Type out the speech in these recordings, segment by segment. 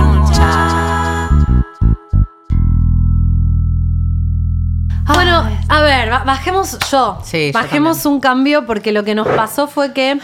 Concha. Bueno, a ver, ba- bajemos yo. Sí, yo bajemos un cambio porque lo que nos pasó fue que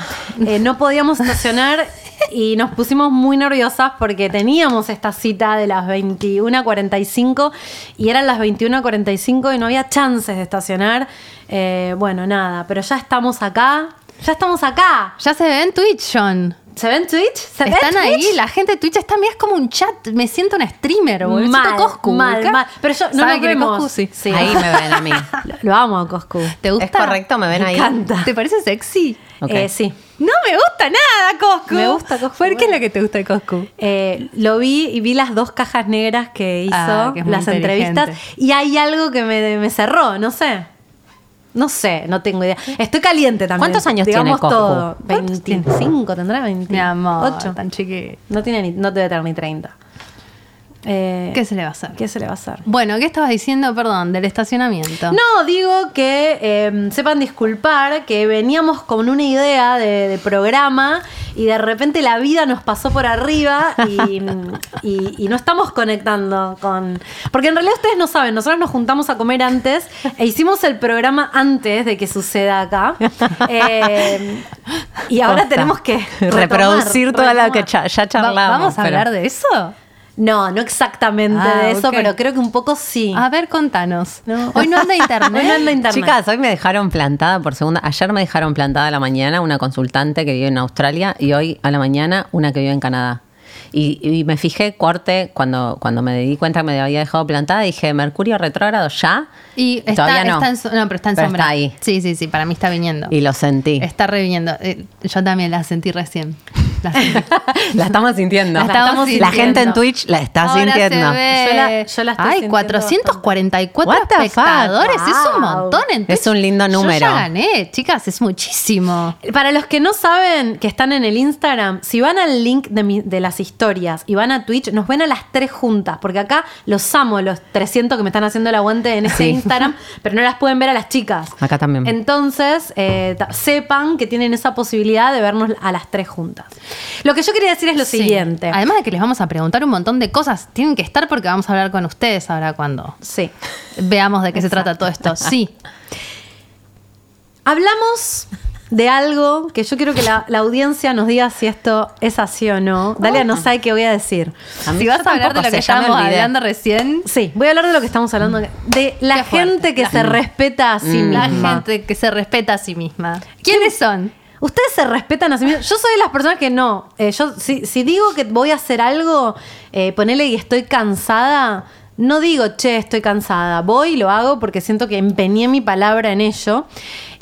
eh, no podíamos estacionar y nos pusimos muy nerviosas porque teníamos esta cita de las 21.45 y eran las 21.45 y no había chances de estacionar. Eh, bueno, nada, pero ya estamos acá. Ya estamos acá. Ya se ve en Twitch, John. ¿Se ven Twitch? ¿Se ve Están Twitch? ahí, la gente de Twitch está, mira, es como un chat. Me siento una streamer, boludo. Me Mal, siento Coscu. mal, acá. mal. Pero yo no ¿Sabe nos quién es vemos. Coscu? Sí. Sí. Ahí me ven a mí. Lo, lo amo a Coscu. ¿Te gusta? ¿Es correcto? ¿Me ven ahí? encanta. ¿Te parece sexy? Ok. Eh, sí. No me gusta nada, Coscu. Me gusta Coscu, ¿Por qué es bueno. lo que te gusta de Coscu? Eh, lo vi y vi las dos cajas negras que hizo, Ah, que es muy las entrevistas, y hay algo que me, me cerró, no sé. No sé, no tengo idea. Estoy caliente también. ¿Cuántos años tiene digamos Coscu? todo. ¿Cuántos tiene? 25, tendrá 28. Mi amor, tan chiqui. No, tiene ni, no debe tener ni 30. Eh, ¿Qué se le va a hacer? ¿Qué se le va a hacer? Bueno, ¿qué estabas diciendo, perdón, del estacionamiento? No, digo que eh, sepan disculpar que veníamos con una idea de, de programa y de repente la vida nos pasó por arriba y, y- y no estamos conectando con... Porque en realidad ustedes no saben, nosotros nos juntamos a comer antes e hicimos el programa antes de que suceda acá. Eh, y ahora Posta. tenemos que reproducir toda la que cha- ya Va- charlamos. ¿Vamos a pero- hablar de eso? No, no exactamente Ah, de eso, ok. pero creo que un poco sí. A ver, contanos. No. Hoy no anda internet. Hoy no anda internet. Chicas, hoy me dejaron plantada por segunda. Ayer me dejaron plantada a la mañana una consultante que vive en Australia y hoy a la mañana una que vive en Canadá. Y, y me fijé, corte, cuando, cuando me di cuenta que me había dejado plantada, dije, Mercurio retrógrado ya. Y está, Todavía no. está en, so- no, pero está en Pero sombra. está ahí. Sí, sí, sí, para mí está viniendo. Y lo sentí. Está reviniendo. Eh, yo también la sentí recién. La sentí. la estamos sintiendo. La estamos La gente en sintiendo. Twitch la está Ahora sintiendo. se ve. Yo la- yo la estoy Ay, sintiendo 444 bastante. What the espectadores. fuck? Es un Wow. montón. en Twitch. Es un lindo Yo número. ya gané, chicas. Es muchísimo. Para los que no saben que están en el Instagram, si van al link de, mi- de las historias y van a Twitch, nos ven a las tres juntas, porque acá los amo, los 300 que me están haciendo el aguante en ese Sí. Instagram, pero no las pueden ver a las chicas. Acá también. Entonces, eh, ta- sepan que tienen esa posibilidad de vernos a las tres juntas. Lo que yo quería decir es lo Sí. siguiente. Además de que les vamos a preguntar un montón de cosas, tienen que estar porque vamos a hablar con ustedes ahora cuando Sí. veamos de qué se trata todo esto. Sí. Hablamos de algo que yo quiero que la, la audiencia nos diga si esto es así o no. Dalia Ah. no sabe qué voy a decir. A mí- Si yo vas a hablar tampoco de sé, lo que ya me estábamos olvidé. hablando recién, Sí, voy a hablar de lo que estamos hablando. De la Mm. Qué fuerte. gente que La- Mm. se respeta a sí la misma. gente que se respeta a sí misma. ¿Quiénes son? Ustedes se respetan a sí mismos. Yo soy de las personas que no. Eh, yo, si, si digo que voy a hacer algo, eh, ponele y estoy cansada, no digo, che, estoy cansada. Voy y lo hago porque siento que empeñé mi palabra en ello.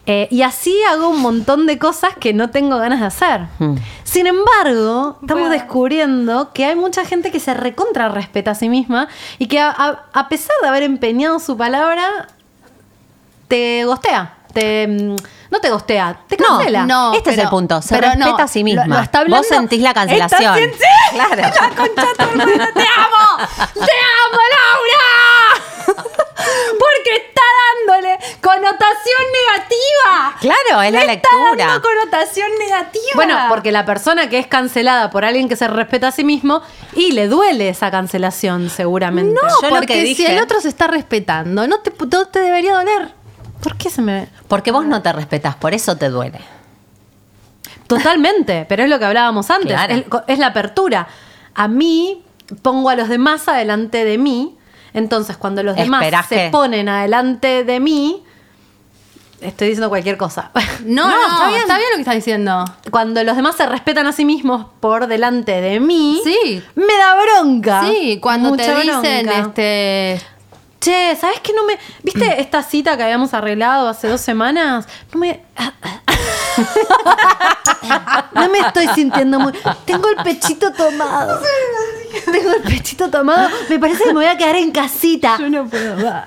Eh, y así hago un montón de cosas que no tengo ganas de hacer. Mm. Sin embargo, estamos Bueno. descubriendo que hay mucha gente que se recontra respeta a sí misma y que a- a- a pesar de haber empeñado su palabra, te gostea. Te, mm, no te gostea, te No, cancela. no, este es pero- el punto. Se pero no, respeta a sí lo- misma. lo está Vos hablando- sentís la cancelación. Está- sí, claro. ¡Te amo! ¡Te amo, Laura! Porque está dándole connotación negativa. Claro, es la lectura. connotación negativa. Bueno, porque la persona que es cancelada por alguien que se respeta a sí mismo y le duele esa cancelación, seguramente. No, Yo lo porque que si dije- el otro se está respetando, no te, no te debería doler. ¿Por qué se me.? Porque vos no te respetás, por eso te duele. Totalmente, pero es lo que hablábamos antes. Claro. Es, es la apertura. A mí pongo a los demás adelante de mí. Entonces, cuando los demás Esperás se que- ponen adelante de mí. Estoy diciendo cualquier cosa. No, no, está, bien. lo que está diciendo. cuando los demás se respetan a sí mismos por delante de mí, Sí. me da bronca. Sí, cuando Mucha te dicen, bronca. este. Che, ¿sabes qué no me. ¿Viste esta cita que habíamos arreglado hace dos semanas? No me. No me estoy sintiendo muy. Tengo el pechito tomado. Tengo el pechito tomado. Me parece que me voy a quedar en casita. no puedo más.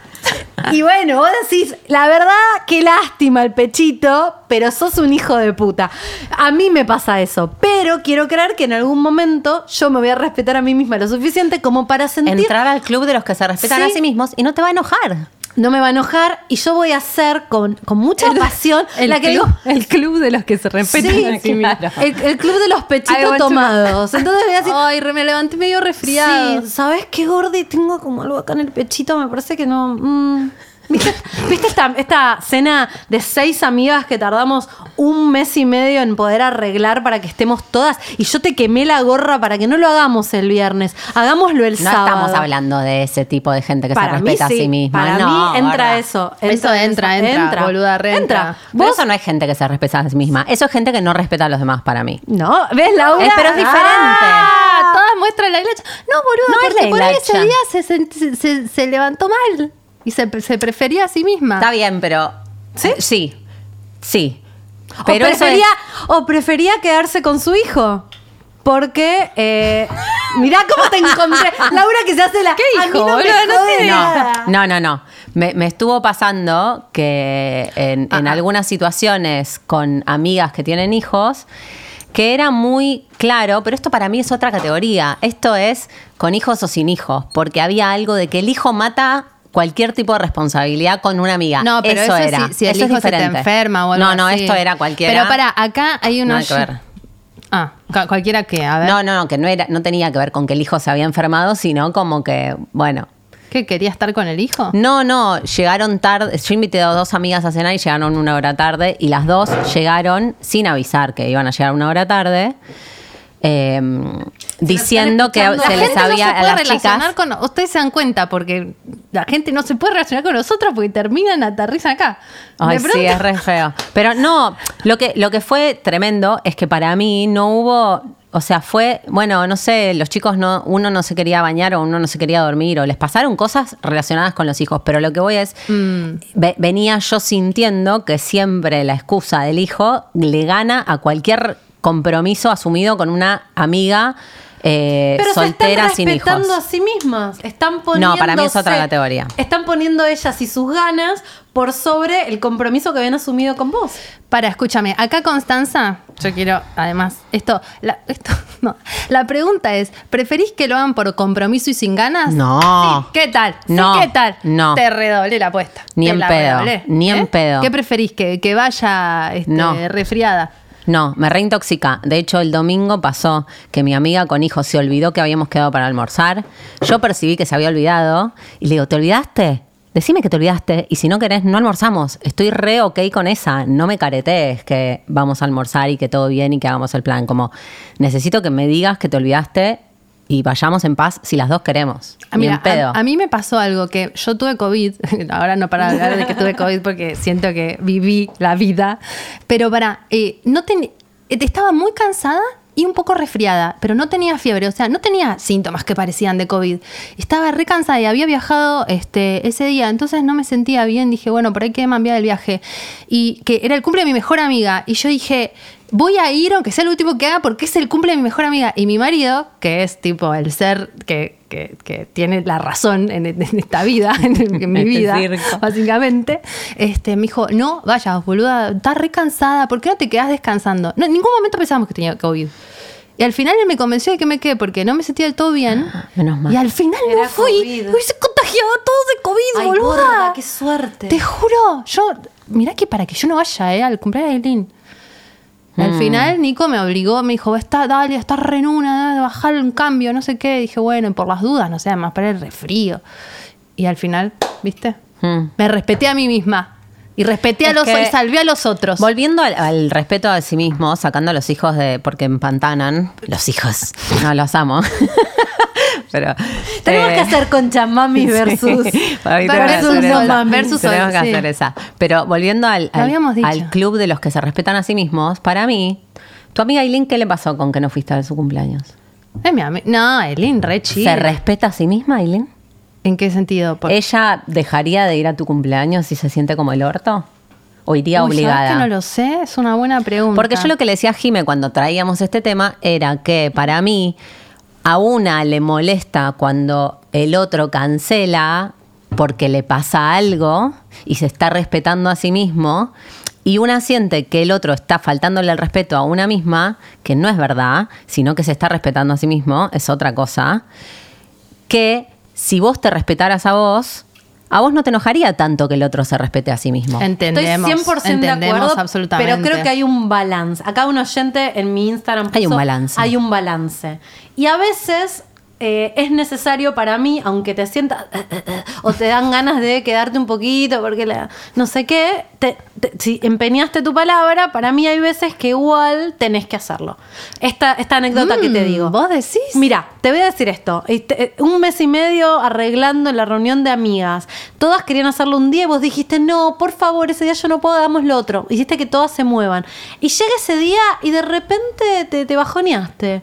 Y bueno, vos decís, la verdad, qué lástima el pechito, pero sos un hijo de puta. A mí me pasa eso, pero quiero creer que en algún momento yo me voy a respetar a mí misma lo suficiente como para sentir... Entrar al club de los que se respetan Sí. a sí mismos y no te va a enojar. no me va a enojar y yo voy a ser con, con mucha pasión El, la que digo, club, el club de los que se respetan Sí, a sí claro. mismos. el, el club de los Ay, pechitos bueno, tomados. Entonces voy a decir, Ay, re- me levanté medio resfriado. Sí, ¿sabes qué, Gordi? Tengo como algo acá en el pechito, me parece que no. mm. ¿Viste, viste esta, esta cena de seis amigas que tardamos un mes y medio en poder arreglar para que estemos todas? Y yo te quemé la gorra para que no lo hagamos el viernes. Hagámoslo el No sábado. estamos hablando de ese tipo de gente que para se mí respeta a sí, sí misma. Para No, mí entra gorda. eso. Eso entra, entra, boluda, re entra. Pero Vos eso no es gente que se respeta a sí misma. Eso es gente que no respeta a los demás para mí. no, ves Laura. Eh, pero es diferente. Ah, todas muestran la hilacha. No, boludo, No es porque la por ahí ese hilacha. día se, sent- se, se- se levantó mal y se, se prefería a sí misma. Está bien, pero. ¿Sí? Sí. Sí. Pero o, eso prefería, es- o prefería quedarse con su hijo. Porque, eh, mirá cómo te encontré. Laura que se hace la... ¿Qué a mí hijo, no me boludo? No jode tiene- nada. No, no, no. Me, me estuvo pasando que en, Ah, en algunas situaciones con amigas que tienen hijos, que era muy claro, pero esto para mí es otra categoría. Esto es con hijos o sin hijos, porque había algo de que el hijo mata cualquier tipo de responsabilidad con una amiga. No, pero eso, era. Si, si el Eso es hijo se te diferente. enferma o algo No, no, así. esto era cualquiera. Pero para, acá hay unos... Nada que ver. Ah, ca- cualquiera que, a ver. No, no, no, que no era, no tenía que ver con que el hijo se había enfermado, sino como que, bueno, ¿Qué, quería estar con el hijo? No, no, llegaron tarde. Yo invité a dos amigas a cenar y llegaron una hora tarde. Y las dos llegaron sin avisar que iban a llegar una hora tarde. eh, diciendo que La se les gente había no se a puede las relacionar chicas. con... Ustedes se dan cuenta porque la gente no se puede relacionar con nosotros porque terminan, aterrizan acá. Ay, De pronto- sí, es re feo. Pero no, lo que, lo que fue tremendo es que para mí no hubo. O sea, fue, bueno, no sé, los chicos no, uno no se quería bañar o uno no se quería dormir o les pasaron cosas relacionadas con los hijos, pero lo que voy es, Mm. ve- venía yo sintiendo que siempre la excusa del hijo le gana a cualquier compromiso asumido con una amiga eh, Pero soltera se sin están hijos. respetando a sí mismas. Están poniendo. No, para mí es otra categoría. Están poniendo ellas y sus ganas por sobre el compromiso que habían asumido con vos. Para, escúchame, acá Constanza, yo quiero, además, esto, la, esto, no. La pregunta es, ¿preferís que lo hagan por compromiso y sin ganas? No. Sí, ¿Qué tal? Sí, No, ¿Qué tal? no. Te redoblé la apuesta. Ni Te en la pedo, redoblé, ¿eh? ni en pedo. ¿Qué preferís? ¿Que, que vaya este, No. resfriada? No, me reintoxica. De hecho, el domingo pasó que mi amiga con hijos se olvidó que habíamos quedado para almorzar. Yo percibí que se había olvidado y le digo, ¿te olvidaste? Decime que te olvidaste y si no querés, no almorzamos. Estoy re ok con esa. No me caretees que vamos a almorzar y que todo bien y que hagamos el plan. Como, necesito que me digas que te olvidaste y vayamos en paz si las dos queremos. Ah, Ni mira, en pedo. A, a mí me pasó algo que yo tuve COVID, ahora no para hablar de que tuve COVID porque siento que viví la vida, pero para, eh, no ten- eh, estaba muy cansada y un poco resfriada, pero no tenía fiebre, o sea, no tenía síntomas que parecían de COVID. Estaba re cansada y había viajado este, ese día, entonces no me sentía bien, dije, bueno, por ahí que me enviar el viaje. Y que era el cumple de mi mejor amiga, y yo dije, voy a ir aunque sea el último que haga porque es el cumple de mi mejor amiga. Y mi marido, que es tipo el ser que, que- que tiene la razón en, en esta vida, en, en mi Este vida, circo. básicamente, este, me dijo, no, vayas, boluda, estás re cansada, ¿por qué no te quedas descansando? No, en ningún momento pensamos que tenía COVID. Y al final él me convenció de que me quede porque no me sentía del todo bien. Menos mal. Y al final no Ah, Era fui. COVID. Uy, se contagiado todos de COVID, Ay, boluda. gorda, qué suerte. Te juro, yo, mirá que para que yo no vaya, eh, al cumpleaños de Aileen. Al final Nico me obligó, me dijo, está, dale, está re en una, dale, bajar un cambio, no sé qué. Dije, bueno, por las dudas, no sé, además para el refrío. Y al final, ¿viste? Mm. Me respeté a mí misma. Y respeté a Es los que- y salvé a los otros. Volviendo al, al respeto a sí mismo, sacando a los hijos de. porque empantanan. Los hijos. No, los amo. Pero. Tenemos eh, que hacer concha mami versus. sí. Ay, tenemos que versus hacer no esa. mami. Versus- Tenemos que sí. hacer esa. Pero volviendo al, Lo al- habíamos dicho. al club de los que se respetan a sí mismos, para mí, tu amiga Aileen, ¿qué le pasó con que no fuiste a su cumpleaños? Es mi ami- No, Aileen, re ¿Se chida. respeta a sí misma, Aileen? ¿En qué sentido? Por- ¿Ella dejaría de ir a tu cumpleaños si se siente como el orto? ¿O iría Uy, ¿sabés obligada? que no lo sé, es una buena pregunta. Porque yo lo que le decía a Jime cuando traíamos este tema era que para mí a una le molesta cuando el otro cancela porque le pasa algo y se está respetando a sí mismo y una siente que el otro está faltándole el respeto a una misma, que no es verdad, sino que se está respetando a sí mismo, es otra cosa, que si vos te respetaras a vos, a vos no te enojaría tanto que el otro se respete a sí mismo. Entendemos. Estoy 100% de entendemos acuerdo, absolutamente. pero creo que hay un balance. Acá un oyente en mi Instagram Hay un balance. Hay un balance. Y a veces eh, es necesario para mí, aunque te sientas eh, eh, eh, o te dan ganas de quedarte un poquito porque la, no sé qué, te- te- si empeñaste tu palabra, para mí hay veces que igual tenés que hacerlo. Esta, esta anécdota que te Mm, digo. ¿Vos decís? Mira, te voy a decir esto. Este, eh, Un mes y medio arreglando la reunión de amigas. Todas querían hacerlo un día y vos dijiste, no, por favor, ese día yo no puedo, hagamos lo otro. Hiciste que todas se muevan. Y llega ese día y de repente te, te bajoneaste.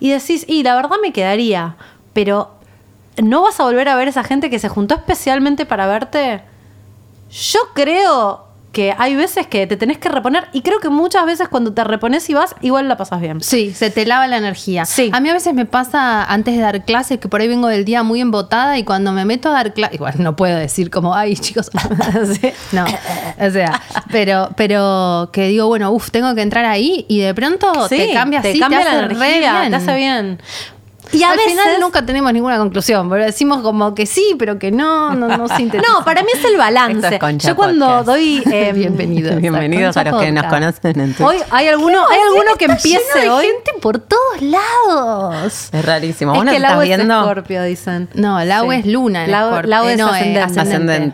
Y decís, y la verdad me quedaría. Pero, ¿no vas a volver a ver a esa gente que se juntó especialmente para verte? Yo creo que hay veces que te tenés que reponer y creo que muchas veces cuando te repones y vas, igual la pasas bien. Sí, se te lava la energía. Sí. A mí a veces me pasa antes de dar clases que por ahí vengo del día muy embotada y cuando me meto a dar clases, igual no puedo decir como, ay chicos, Sí, no, o sea, pero, pero que digo, bueno, uff, tengo que entrar ahí y de pronto te cambia así, te hace re bien. te hace bien. Y a Al veces final nunca tenemos ninguna conclusión, pero decimos como que sí, pero que no, no, no sintetizamos. No, para mí es el Esto balance. es Concha Yo cuando Podcast. doy eh, Bienvenidos. Bienvenidos a los que nos Podcast. conocen en tu- hoy hay alguno, hay alguno que Está lleno empiece de hoy. gente por todos lados. Es rarísimo. Es Vos no te que el estás agua es viendo Escorpio, dicen. No, el agua Sí. es luna. en La- Escorpio. la agua es no, eh, ascendente.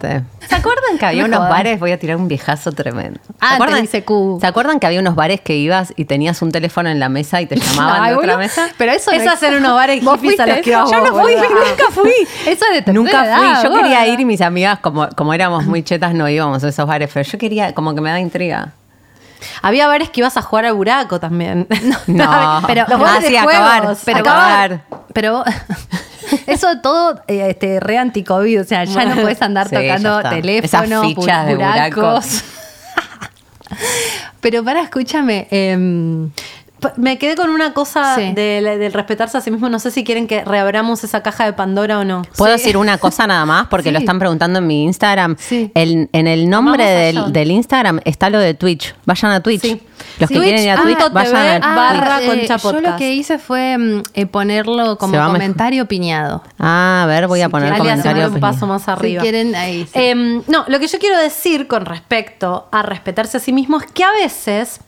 ascendente. ¿Se acuerdan que había No me unos jodas. bares? Voy a tirar un viejazo tremendo. ¿Se Ah, te acuerdan- dice Q. ¿Se acuerdan que había unos bares que ibas y tenías un teléfono en la mesa y te llamaban Ay, de otra boludo, mesa? ¿eh? Pero eso Esas eran unos bares ¿Vos hippies a los fuiste? que vamos, Yo no fui, boluda. nunca fui. Eso es de tercera Nunca fui. edad, yo boluda. quería ir y mis amigas, como, como éramos muy chetas, no íbamos a esos bares, pero yo quería, como que me da intriga. Había bares que ibas a jugar al buraco también. No, Pero los Ah, bares sí, de acabar, juegos. Pero Acabar. vos- Pero vos- eso todo eh, este, re anticovid, o sea, ya no puedes andar Sí, ya tocando está. teléfono, Esas fichas de buracos. buracos. pero para, escúchame. em, P- Me quedé con una cosa Sí. del, del respetarse a sí mismo. No sé si quieren que reabramos esa caja de Pandora o no. ¿Puedo decir una cosa nada más? Porque Sí. lo están preguntando en mi Instagram. Sí. El- en el nombre Vamos allá. del, del Instagram está lo de Twitch. Vayan a Twitch. Sí. Los Sí. que quieren ir a Twitch, Twitch, ah, vayan a TV, Twitch. barra eh, Concha Yo lo Podcast. que hice fue mm, eh, ponerlo como Se va a mejor- comentario piñado. Ah, a ver, voy a poner Dale a comentario. sumar un paso más arriba. Si quieren, ahí. sí. Em, no, lo que yo quiero decir con respecto a respetarse a sí mismo es que a veces,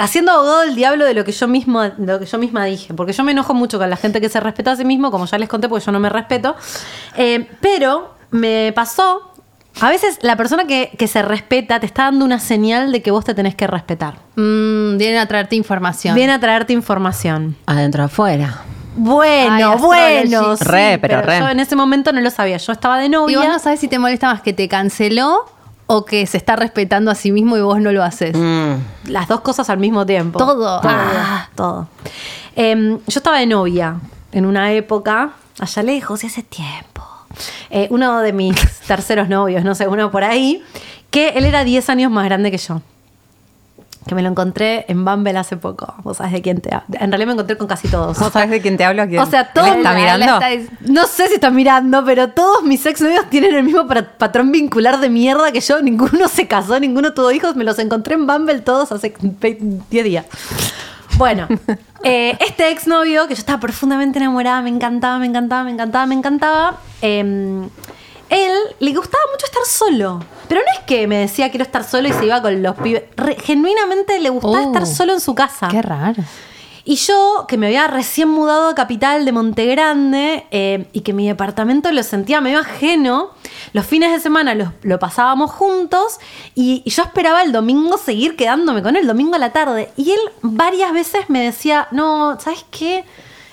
haciendo abogado del diablo de lo que yo mismo, de lo que yo misma dije, porque yo me enojo mucho con la gente que se respeta a sí mismo, como ya les conté, porque yo no me respeto. Eh, pero me pasó. A veces la persona que, que se respeta te está dando una señal de que vos te tenés que respetar. Mm, vienen a traerte información. Viene a traerte información. Adentro, afuera. Ay, Bueno, astrology. bueno. sí, Re, pero re. Yo en ese momento no lo sabía. Yo estaba de Y novia. vos no sabes si te molesta más que te canceló o que se está respetando a sí mismo y vos no lo haces. Mm. las dos cosas al mismo tiempo. Todo. Todo. Ah. todo. Em, yo estaba de novia en una época, allá lejos y hace tiempo. Eh, uno de mis terceros novios, no sé, uno por ahí, que él era 10 años más grande que yo. Que me lo encontré en Bumble hace poco. Vos sabés de quién te hablo. En realidad me encontré con casi todos. ¿Vos sabés de quién te hablo? ¿Quién? O sea, ¿Él todo está la- la mirando? está diciendo. No sé si está mirando, pero todos mis ex novios tienen el mismo pra- patrón vincular de mierda que yo. Ninguno se casó, ninguno tuvo hijos. Me los encontré en Bumble todos hace ve- 10 días. Bueno, eh, este ex novio, que yo estaba profundamente enamorada, me encantaba, me encantaba, me encantaba, me encantaba. eh, él le gustaba mucho estar solo. Pero no es que me decía quiero estar solo y se iba con los pibes. Re- genuinamente le gustaba Oh, estar solo en su casa. Qué raro. Y yo, que me había recién mudado a Capital de Montegrande eh, y que mi departamento lo sentía medio ajeno, los fines de semana los- lo pasábamos juntos y, y yo esperaba el domingo seguir quedándome con él, domingo a la tarde. Y él varias veces me decía, no, ¿sabes qué?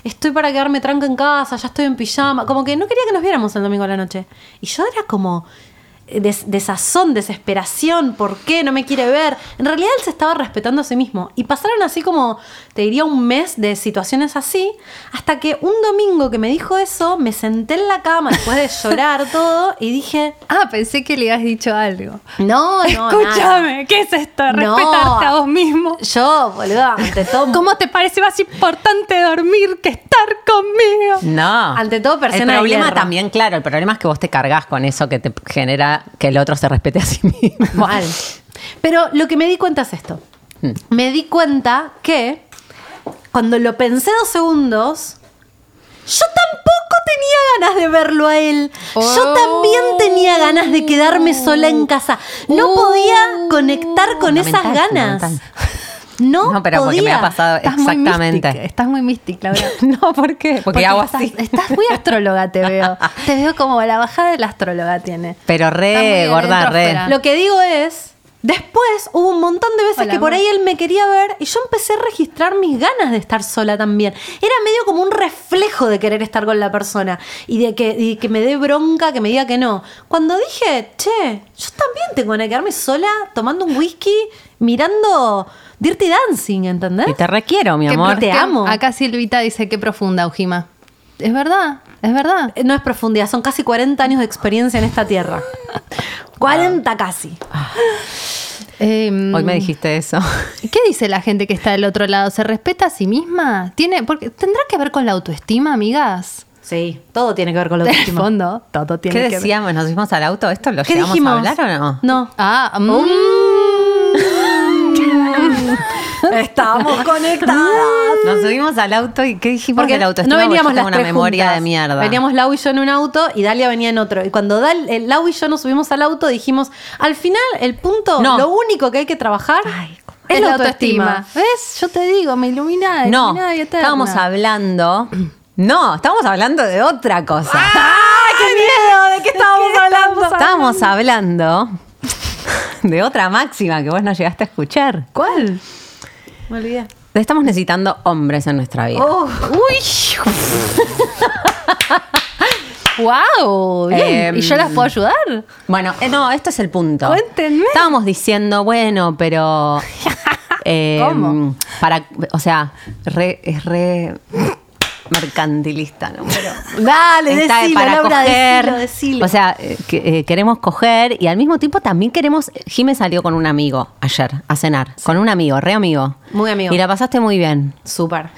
Estoy para quedarme tranca en casa, ya estoy en pijama. Como que no quería que nos viéramos el domingo a la noche. Y yo era como, eh, des- desazón, desesperación, ¿por qué no me quiere ver? En realidad él se estaba respetando a sí mismo. Y pasaron así como, te diría, un mes de situaciones así, hasta que un domingo que me dijo eso, me senté en la cama después de llorar todo y dije, Ah, pensé que le habías dicho algo. no, no, nada". Escúchame, ¿qué es esto? No. Respetarte a vos mismo. Yo, boluda, ante todo... ¿Cómo te parece más importante dormir que estar conmigo? No. Ante todo, persona de El problema hierro. también, claro, el problema es que vos te cargas con eso que te genera que el otro se respete a sí mismo. Mal. Pero lo que me di cuenta es esto. Hmm. Me di cuenta que cuando lo pensé dos segundos, yo tampoco tenía ganas de verlo a él. Yo también Oh. tenía ganas de quedarme sola en casa. No podía conectar con esas Oh. Fundamental, ganas. fundamental. No, No, pero porque me podía. ha pasado Estás muy exactamente. mística, estás muy mística, Laura. no, ¿por qué? Porque, hago estás, así. estás muy astróloga, te veo. Te veo como la bajada de la astróloga tiene. Pero Estás muy re, bien, gorda, re. entrósfera. Lo que digo es, después hubo un montón de veces Hola, que por amor. ahí él me quería ver y yo empecé a registrar mis ganas de estar sola también. Era medio como un reflejo de querer estar con la persona y de que, y que me dé bronca, que me diga que no. Cuando dije, che, yo también tengo ganas de quedarme sola tomando un whisky, mirando Dirty Dancing, ¿entendés? Y te requiero, mi Qué amor. pro- Te qué- amo. Acá Silvita dice que profunda, Ujima. Es verdad, es verdad. No es profundidad, son casi 40 años de experiencia en esta tierra. 40 casi. Em, Hoy me Mm. dijiste eso. ¿Qué dice la gente que está del otro lado? ¿Se respeta a sí misma? ¿Tiene, porque, ¿Tendrá que ver con la autoestima, amigas? Sí, todo tiene que ver con lo En el último. fondo, todo tiene ¿Qué que ver. decíamos? ¿Nos fuimos al auto? ¿Esto lo ¿Qué llegamos dijimos? a hablar o no? No. Ah, mm. Oh. Estamos conectadas. Nos subimos al auto y ¿qué dijimos Porque del no auto? Estuvo- veníamos yo tengo las una tres memoria juntas. de mierda. Veníamos Lau y yo en un auto y Dalia venía en otro. Y cuando Dal, eh, Lau y yo nos subimos al auto dijimos, al final el punto, No. lo único que hay que trabajar es, la autoestima. ¿Ves? Yo te digo, me ilumina. no, iluminada y eterna. estábamos hablando. No, estábamos hablando de otra cosa. ¡Ay, qué miedo! ¿De Ah, qué estábamos hablando? Estábamos hablando de otra máxima que vos no llegaste a escuchar. ¿Cuál? Me olvidé. Estamos necesitando hombres en nuestra vida. Oh, ¡Uy! ¡Wow! bien. Em, ¿Y yo las puedo ayudar? Bueno, eh, no, esto es el punto. Cuéntenme. Estábamos diciendo, bueno, pero. eh, ¿Cómo? Para, o sea, re- es re mercantilista, ¿no? Pero. dale, está decilo, para Laura, coger. decilo, decilo. O sea, eh, que- eh, queremos coger y al mismo tiempo también queremos. Jime salió con un amigo ayer a cenar. Con un amigo, re amigo. Muy amigo. Y la pasaste muy bien. súper.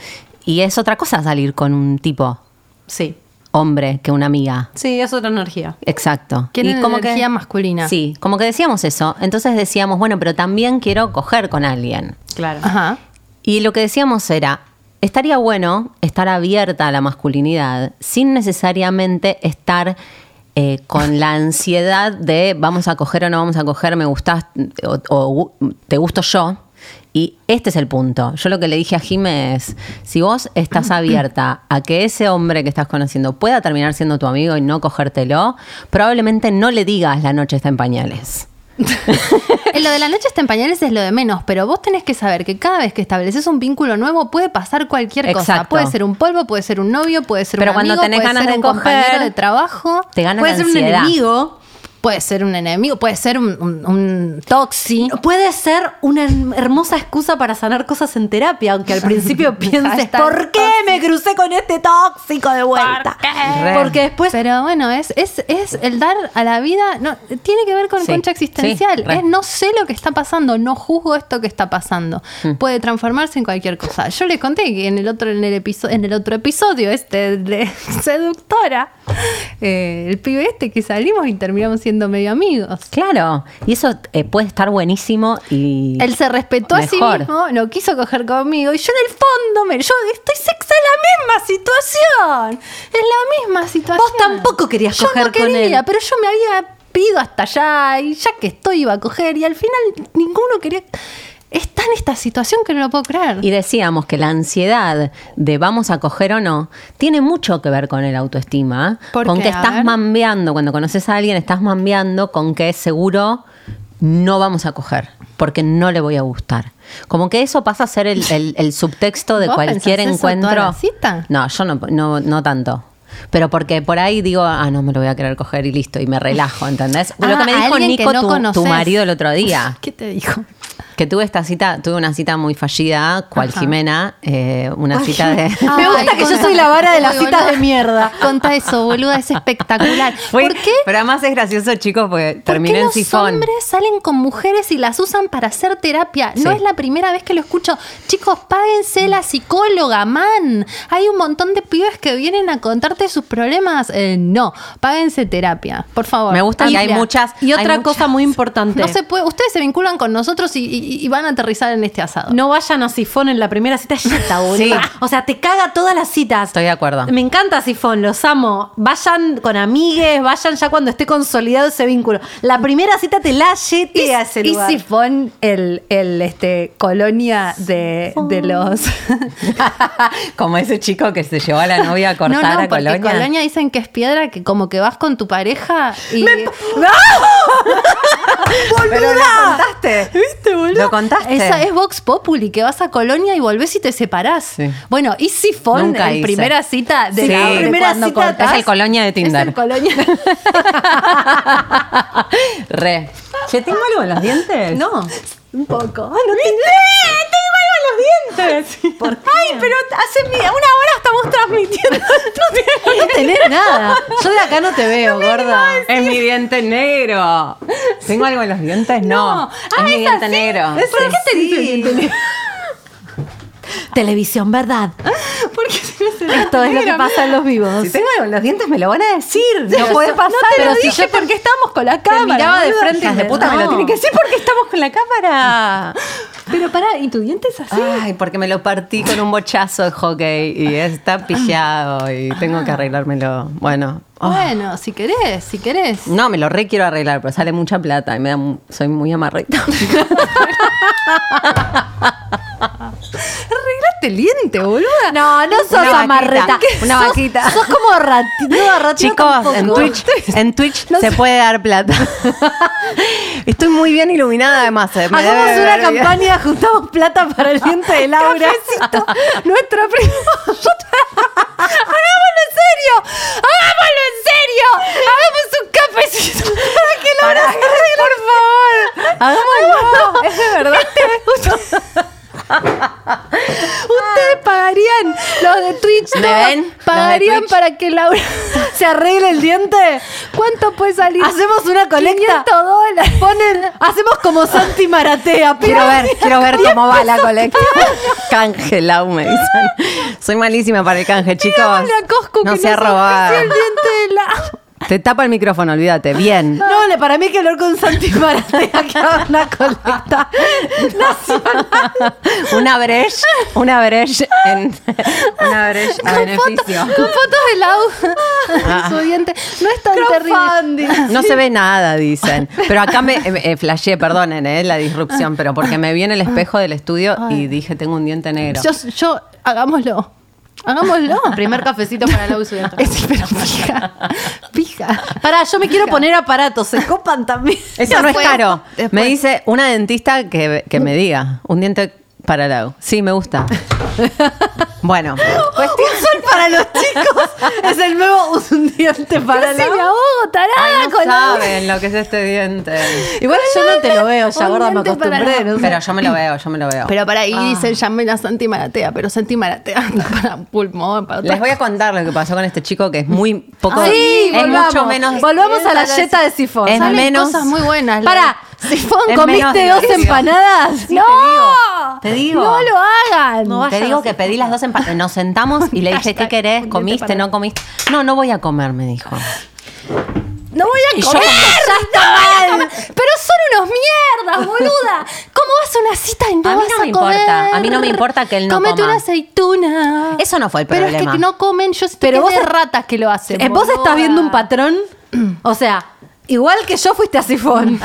Y es otra cosa salir con un tipo, Sí. hombre, que una amiga. Sí, es otra energía. Exacto. Quieren Y como que- energía masculina. Sí, como que decíamos eso. Entonces decíamos, bueno, pero también quiero coger con alguien. Claro. Ajá. Y lo que decíamos era, estaría bueno estar abierta a la masculinidad sin necesariamente estar eh, con la ansiedad de vamos a coger o no vamos a coger, me gustás o, o gu- te gusto yo. Y este es el punto. Yo lo que le dije a Jime es, si vos estás abierta a que ese hombre que estás conociendo pueda terminar siendo tu amigo y no cogértelo, probablemente no le digas la noche está en pañales. Eh, lo de la noche está en pañales es lo de menos, pero vos tenés que saber que cada vez que estableces un vínculo nuevo puede pasar cualquier cosa. Exacto. Puede ser un polvo, puede ser un novio, puede ser Pero un cuando amigo, tenés puede ganas ser de un compañero coger, de trabajo, Te gana Puede la ser un ansiedad. enemigo. puede ser un enemigo, puede ser un, un, un toxi. Puede ser una her- hermosa excusa para sanar cosas en terapia, aunque al principio pienses, Hashtag ¿por qué me crucé con este tóxico de vuelta? qué? Porque después Eh, Pero bueno, es, es, es el dar a la vida, no, tiene que ver con Sí, concha existencial. sí, re. es no sé lo que está pasando, no juzgo esto que está pasando. Mm. Puede transformarse en cualquier cosa. Yo les conté que en el otro, en el episodio, en el otro episodio, este de seductora, eh, el pibe este que salimos y terminamos siendo medio amigos. Claro, y eso eh, puede estar buenísimo y... Él se respetó a sí Mejor. mismo, no quiso coger conmigo. Y yo en el fondo, me, yo estoy sexta en la misma situación. Es la misma situación. Vos tampoco querías Yo coger no con quería, él. pero yo me había ido hasta allá y ya que estoy iba a coger. Y al final ninguno quería. Está en esta situación que no lo puedo creer. Y decíamos que la ansiedad de vamos a coger o no tiene mucho que ver con el autoestima. ¿Por con qué? que A ver. estás mambeando, cuando conoces a alguien, estás mambeando con que seguro no vamos a coger, porque no le voy a gustar. Como que eso pasa a ser el, el- el subtexto de ¿Vos cualquier pensás eso toda encuentro. la cita? No, yo no, no, no tanto. Pero porque por ahí digo, ah, no me lo voy a querer coger y listo, y me relajo, ¿entendés? Ah, Lo que me a dijo alguien que Nico, no tu- tu conoces. marido, el otro día ¿Qué te dijo? que tuve esta cita, tuve una cita muy fallida, cual Ajá. Jimena, eh, una cita de... Me Ay, gusta que yo contá. soy la vara de las Ay, citas boluda. de mierda. Contá eso, boluda, es espectacular. Fui- ¿Por qué? Pero además es gracioso, chicos, porque ¿Por terminé qué en los sifón. hombres salen con mujeres y las usan para hacer terapia? No Sí. es la primera vez que lo escucho. Chicos, páguense la psicóloga, man. Hay un montón de pibes que vienen a contarte sus problemas. Eh, no, páguense terapia, por favor. Me gusta que hay Amplia. muchas... Y otra hay muchas- cosa muy importante. No se puede, ustedes se vinculan con nosotros y, y- y, y van a aterrizar en este asado. No vayan a Sifón en la primera cita, ya está, boludo. Sí. O sea, te caga todas las citas. Estoy de acuerdo. Me encanta Sifón, los amo. Vayan con amigues, vayan ya cuando esté consolidado ese vínculo. La primera cita te la Y, yete a ese y lugar. Sifón, el, el este, colonia de, de los. Como ese chico que se llevó a la novia a cortar no, no, a porque Colonia. Colonia. dicen que es piedra, que como que vas con tu pareja y... Pero lo contaste. ¿Viste, boludo? Lo contaste. Esa es Vox Populi, que vas a Colonia y volvés y te separás. Sí. Bueno, y Sifón, Nunca en hice. primera cita de Sí. la de Primera cuando cita, cortás. es el Colonia de Tinder. Es el Colonia. Re. ¿Che, tengo algo en los dientes? no. Un poco. Ay, no ¡Eh! tengo algo en los dientes. Ay, pero hace mi- una hora estamos transmitiendo. No tengo- No tenés nada. Yo de acá no te veo, gorda. Es mi diente negro. ¿Tengo algo en los dientes? No. Ah, No. Ah, Es mi diente negro. ¿Por qué te dice? Televisión, ¿verdad? ¿Por qué se me hace Esto es lo que pasa en los vivos. Si tengo algo en los dientes, me lo van a decir. Pero No puede yo- pasar. no te lo Pero si dije yo porque estábamos con la cámara. miraba de boludo. frente y Hijas de me- puta me no. lo tienen que decir porque estamos con la cámara. Pero pará, ¿y tu diente es así? Ay, porque me lo partí con un bochazo de hockey y está pillado y tengo que arreglármelo. Bueno. oh. Bueno, si querés, si querés. No, me lo re quiero arreglar, pero sale mucha plata y me da mu- soy muy amarrita. Arreglaste el diente, boluda. No, no sos vaquita, amarreta. una Sos- vaquita. Sos, como ratito, no, ratito Chicos, en tampoco. Twitch, en Twitch se puede dar plata. Estoy muy bien iluminada además. eh, me Hagamos debe una ver bien. campaña, juntamos plata para el diente de Laura. Nuestra prima. ¡Hagámoslo en serio! ¡Hagámoslo en serio! ¡Hagamos un cafecito! ¡Para que lo por favor! Hagámoslo. Este Es de verdad. Ustedes pagarían, los de Twitch, ¿Me todos ven? Los de pagarían Twitch. para que Laura. ¿Se arregla el diente? ¿Cuánto puede salir? Hacemos una colecta. 500 dólares. Ponen, hacemos como Santi Maratea. Quiero ver, quiero ver cómo va la colecta. Canje, Lau, me dicen. Soy malísima para el canje, chicos. Digámosle a Coscu no que se ha nos robado. auspicie el diente de la. Te tapa el micrófono, olvídate. Bien. No, le- para mí hay que hablar con Santi Maratea que haga una colecta. Una brecha, una brecha en una brecha a beneficio. Con fotos de Ah. Lau su diente. No es tan terrible. Crowdfunding. No se ve nada, dicen. Pero acá me eh, eh, flasheé, perdonen, eh, la disrupción, pero porque me vi en el espejo del estudio y dije, tengo un diente negro. Yo, yo, hagámoslo. Hagámoslo. Primer cafecito para la uso de Es, pero pija. Pija. Pará, yo me quiero poner aparatos, se copan también. Eso no es Después, caro. después. Me dice una dentista que, que me diga, un diente para Lau. Sí, me gusta. Bueno, Un sol para los chicos. Es el nuevo un diente para Casi me la. ahogo, tarada. ay, no con la- saben lo que es este diente. Igual yo no te lo veo, ya Un gorda, me diente para acostumbré. la- no sé. Pero yo me lo veo, yo me lo veo. Pero Ah. para ahí dicen, llamen a Santi Maratea, pero Santi Maratea anda para un pulmón, para otra Les voy a contar lo que pasó con este chico que es muy poco. Ah, Sí, es volvamos. mucho menos. Volvamos a la yeta de sifón. Es Salen menos- cosas muy buenas. Pará, Sifón, Es ¿Comiste menos dos divertido. empanadas? Sí, Te digo. Te digo. no lo hagan. No vayan Te a digo hacer que pedí las dos empanadas. Nos sentamos y le dije, ¿qué Hashtag querés? puñete ¿Comiste? para- ¿No comiste? No, no voy a comer, me dijo. No voy a Y yo comer. como, ya está mal. Pero son unos mierdas, boluda. ¿Cómo vas a una cita y no A mí vas no a me comer? importa. A mí no me importa que él no Cómete coma. una aceituna. Eso no fue el Pero es problema. que no comen. Yo Pero pero vos- de ratas que lo hacen. Eh, ¿Vos boluda. estás viendo un patrón? O sea, igual que yo fuiste a Sifón.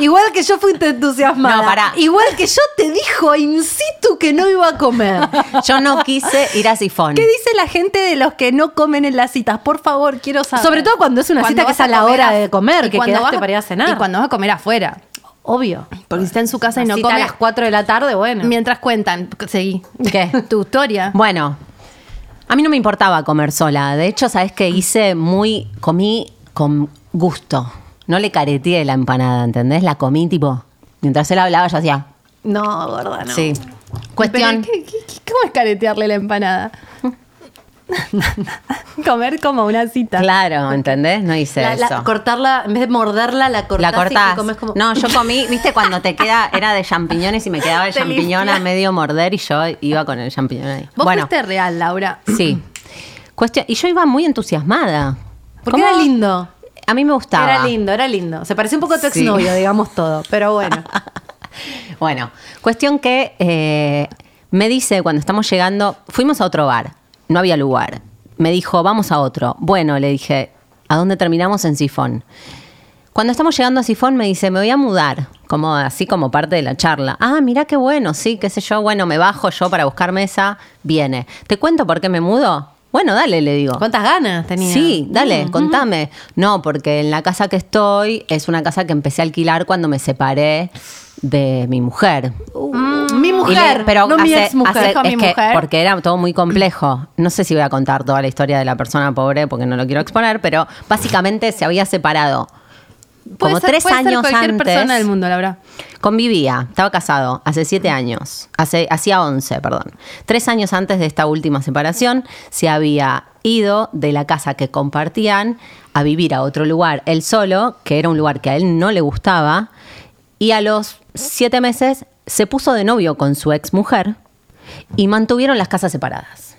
igual que yo fuiste entusiasmada. No, pará. Igual que yo te dijo in situ que no iba a comer. Yo no quise ir a sifón. ¿Qué dice la gente de los que no comen en las citas? Por favor, quiero saber. Sobre todo cuando es una cita que vas es a la comer hora af- de comer, y que cuando quedaste vas- para ir a cenar. Y cuando vas a comer afuera. Obvio. Porque si está en su casa y Una no cita come. a las 4 de la tarde, bueno. Mientras cuentan, seguí. ¿Qué? Tu historia. Bueno, a mí no me importaba comer sola. De hecho, ¿sabes qué hice? Muy. Comí con gusto. No le careteé la empanada, ¿entendés? La comí tipo. Mientras él hablaba, yo hacía. No, gorda, no. Sí. Cuestión. Pero, ¿qué- qué- qué- ¿Cómo es caretearle la empanada? Comer como una cita. Claro, ¿entendés? No hice La- la- eso. cortarla, en vez de morderla, la cortás, la cortás. y comes como... No, yo comí, viste, cuando te queda, era de champiñones y me quedaba el Te champiñón a medio morder y yo iba con el champiñón ahí. Vos bueno, fuiste real, Laura. sí. Cuestión, y yo iba muy entusiasmada. Porque ¿Cómo? era lindo. A mí me gustaba. Era lindo, era lindo. Se parecía un poco a tu Sí. exnovio, digamos todo. Pero bueno. Bueno, cuestión que eh, me dice cuando estamos llegando, fuimos a otro bar, no había lugar. Me dijo, vamos a otro. Bueno, le dije, ¿a dónde terminamos en Sifón? Cuando estamos llegando a Sifón me dice, me voy a mudar, como así como parte de la charla. Ah, mirá qué bueno, sí, qué sé yo, bueno, me bajo yo para buscar mesa, viene. ¿Te cuento por qué me mudo? Bueno, dale, le digo. ¿Cuántas ganas tenía? Sí, dale, Mm, contame. No, porque en la casa que estoy es una casa que empecé a alquilar cuando me separé de mi mujer. Mi Y le- mujer, pero no mi hace- ex mujer. hace- Dijo es mi que- mujer. porque era todo muy complejo. No sé si voy a contar toda la historia de la persona pobre porque no lo quiero exponer, pero básicamente se había separado. Puede Como ser- tres puede ser años cualquier antes. persona del mundo, la verdad. Convivía, estaba casado hace siete años, hace, hacía once, perdón. Tres años antes de esta última separación, se había ido de la casa que compartían a vivir a otro lugar, él solo, que era un lugar que a él no le gustaba, y a los siete meses se puso de novio con su ex mujer y mantuvieron las casas separadas.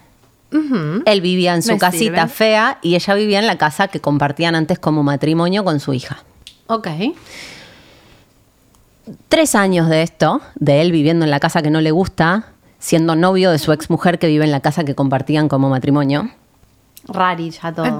Él vivía en su Me casita sirve. fea y ella vivía en la casa que compartían antes como matrimonio con su hija Ok. tres años de esto, de él viviendo en la casa que no le gusta, siendo novio de su exmujer que vive en la casa que compartían como matrimonio. Rari ya todo. Ah,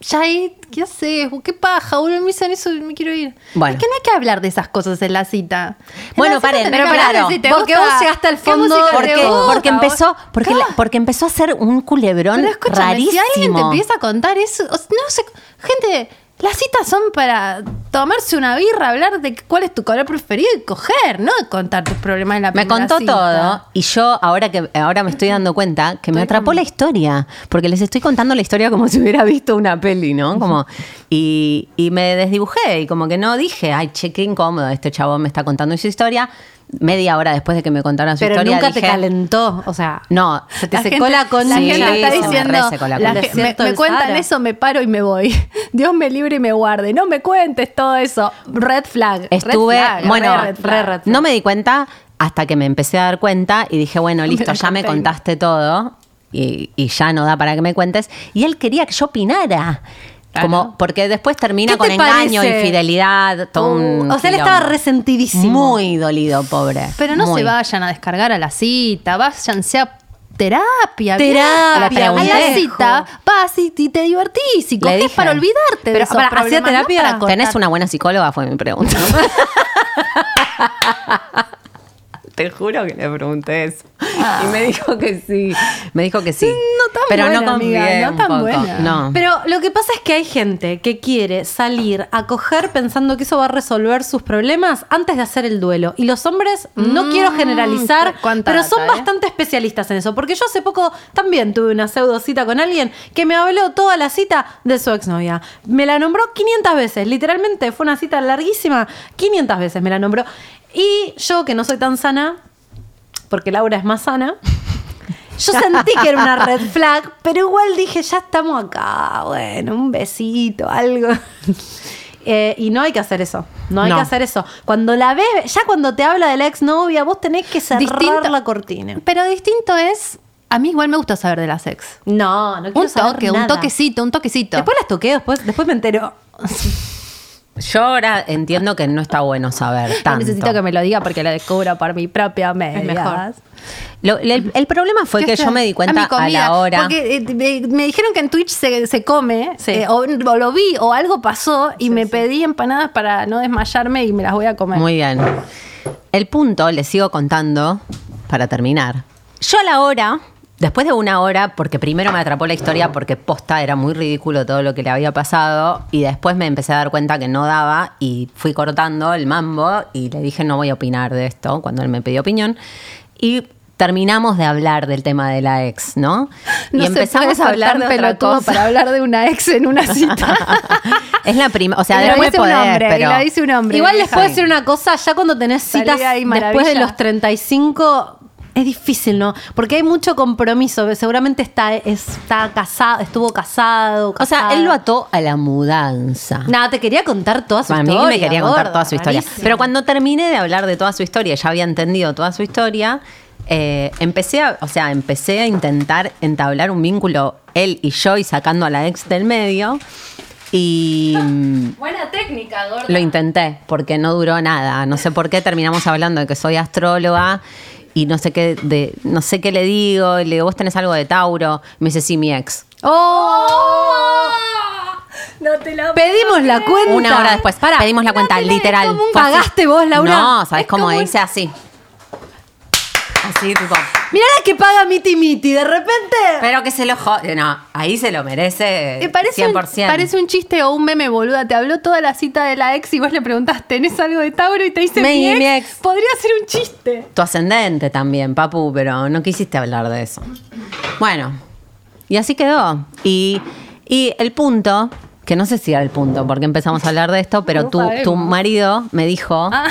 Ya ahí, ¿qué haces? ¿Qué paja? Uno me dicen eso y me quiero ir. Bueno. Es que no hay que hablar de esas cosas en la cita. En Bueno, la cita paren, tenés pero que hablar pará, de te porque gusta- vos llegaste al qué fondo música te Porque, gusta, porque vos- empezó, porque, la- Claro. porque empezó a hacer un culebrón Pero escúchame, rarísimo. si alguien te empieza a contar eso, o sea, no sé, gente, las citas son para tomarse una birra, hablar de cuál es tu color preferido y coger, no de contar tus problemas en la me primera contó cita. todo y yo ahora que ahora me estoy dando cuenta que me atrapó la historia, porque les estoy contando la historia como si hubiera visto una peli, ¿no? Como y, y me desdibujé y como que no dije, ay, che, qué incómodo, este chabón me está contando su historia. Media hora después de que me contaron su Pero historia nunca te dije, calentó. O sea, No, se te La secó gente- la concha. la gente Sí, está se me diciendo, resecó la la concha. ge- concha. me, Desierto me del cuentan Sahara. eso, me paro y me voy. Dios me libre y me guarde. No me cuentes todo eso. Red flag. red Estuve, flag, bueno, re red flag. re red flag. no me di cuenta hasta que me empecé a dar cuenta y dije, bueno, listo, la ya me conté. contaste todo y, y ya no da para que me cuentes. Y él quería que yo opinara. Como, porque después termina ¿Qué con te engaño, parece? Uh, infidelidad, todo un o sea, él quilombo. estaba resentidísimo. Muy dolido, pobre. Pero no Muy. se vayan a descargar a la cita, váyanse a terapia. Terapia, a la pregunté. a la cita, vas y, y te divertís y Le coges dije. para olvidarte de Pero, esos para, ¿hacía problemas, no terapia? para cortar. ¿Tenés una buena psicóloga? Fue mi pregunta. Te juro que le pregunté eso. Y me dijo que sí. Me dijo que sí. No tan Pero no buena, confié amiga, no un tan poco. buena. No. Pero lo que pasa es que hay gente que quiere salir a coger pensando que eso va a resolver sus problemas antes de hacer el duelo. Y los hombres, no Mm, quiero generalizar, cu- cuánta pero data, son ¿eh? bastante especialistas en eso. Porque yo hace poco también tuve una pseudo cita con alguien que me habló toda la cita de su exnovia. Me la nombró 500 veces, literalmente fue una cita larguísima, 500 veces me la nombró. Y yo, que no soy tan sana, porque Laura es más sana. Yo sentí que era una red flag, pero igual dije, ya estamos acá, bueno, un besito, algo. Eh, y no hay que hacer eso, no hay No. que hacer eso. Cuando la ves, ya cuando te habla de la exnovia, vos tenés que cerrar Distinto- la cortina. Pero distinto es, a mí igual me gusta saber de las ex. No, no quiero Un saber toque, un nada. toquecito, un toquecito. Después las toqué, después, después me entero. Yo ahora entiendo que no está bueno saber No tanto. necesito que me lo diga porque lo descubro por mi propia media. mejor. Lo- el, el problema fue que ¿Qué yo sé? me di mi cuenta a, comida, la hora. Porque eh, me, me dijeron que en Twitch se, se come, Sí. eh, o, o lo vi, o algo pasó, y me pedí empanadas para no desmayarme y me las voy a comer. Muy bien. El punto, les sigo contando para terminar. Yo a la hora, después de una hora, porque primero me atrapó la historia porque posta era muy ridículo todo lo que le había pasado y después me empecé a dar cuenta que no daba y fui cortando el mambo y le dije no voy a opinar de esto cuando él me pidió opinión y terminamos de hablar del tema de la ex, ¿no? No y se empezamos puede a hablar de otra soltar pelotudo cosa. para hablar de una ex en una cita. es la prima, o sea, Y lo debe dice un poder, hombre, y pero lo dice un hombre. Igual les Deja puedo ahí. decir una cosa, ya cuando tenés Salí citas de ahí, después de maravilla. los 35 es difícil, ¿no? Porque hay mucho compromiso, seguramente está, está casado, estuvo casado, O sea, casada. él lo ató a la mudanza. Nada, te quería contar toda Ah. su a mí historia. me quería contar gorda, toda su historia. rarísimo. Pero cuando terminé de hablar de toda su historia, ya había entendido toda su historia, eh, empecé, a, o sea, empecé a intentar entablar un vínculo él y yo y sacando a la ex del medio. Y mm, Buena técnica, gorda. lo intenté porque no duró nada. No sé por qué terminamos hablando de que soy astróloga y no sé qué de no sé qué le digo, y le digo, "Vos tenés algo de Tauro." Me dice, "Sí, mi ex." ¡Oh! No te la Pedimos la cuenta. Una hora después, para, pedimos la cuenta, tenés literal. como un Fue así. pagaste vos, Laura. No, ¿sabes Es cómo como un- dice así? Así, tipo. Mirá la que paga Miti Miti, de repente. Pero que se lo jode. No, ahí se lo merece. Eh, parece, 100%. un, parece un chiste o un meme, boluda. Te habló toda la cita de la ex y vos le preguntás, ¿tenés algo de Tauro? Y te dice, Me- mi ex, mi ex. podría ser un chiste. Tu ascendente también, papu, pero no quisiste hablar de eso. Bueno, y así quedó. Y, y el punto, que no sé si era el punto, porque empezamos a hablar de esto, pero No tu, sabemos. tu marido me dijo, Ah.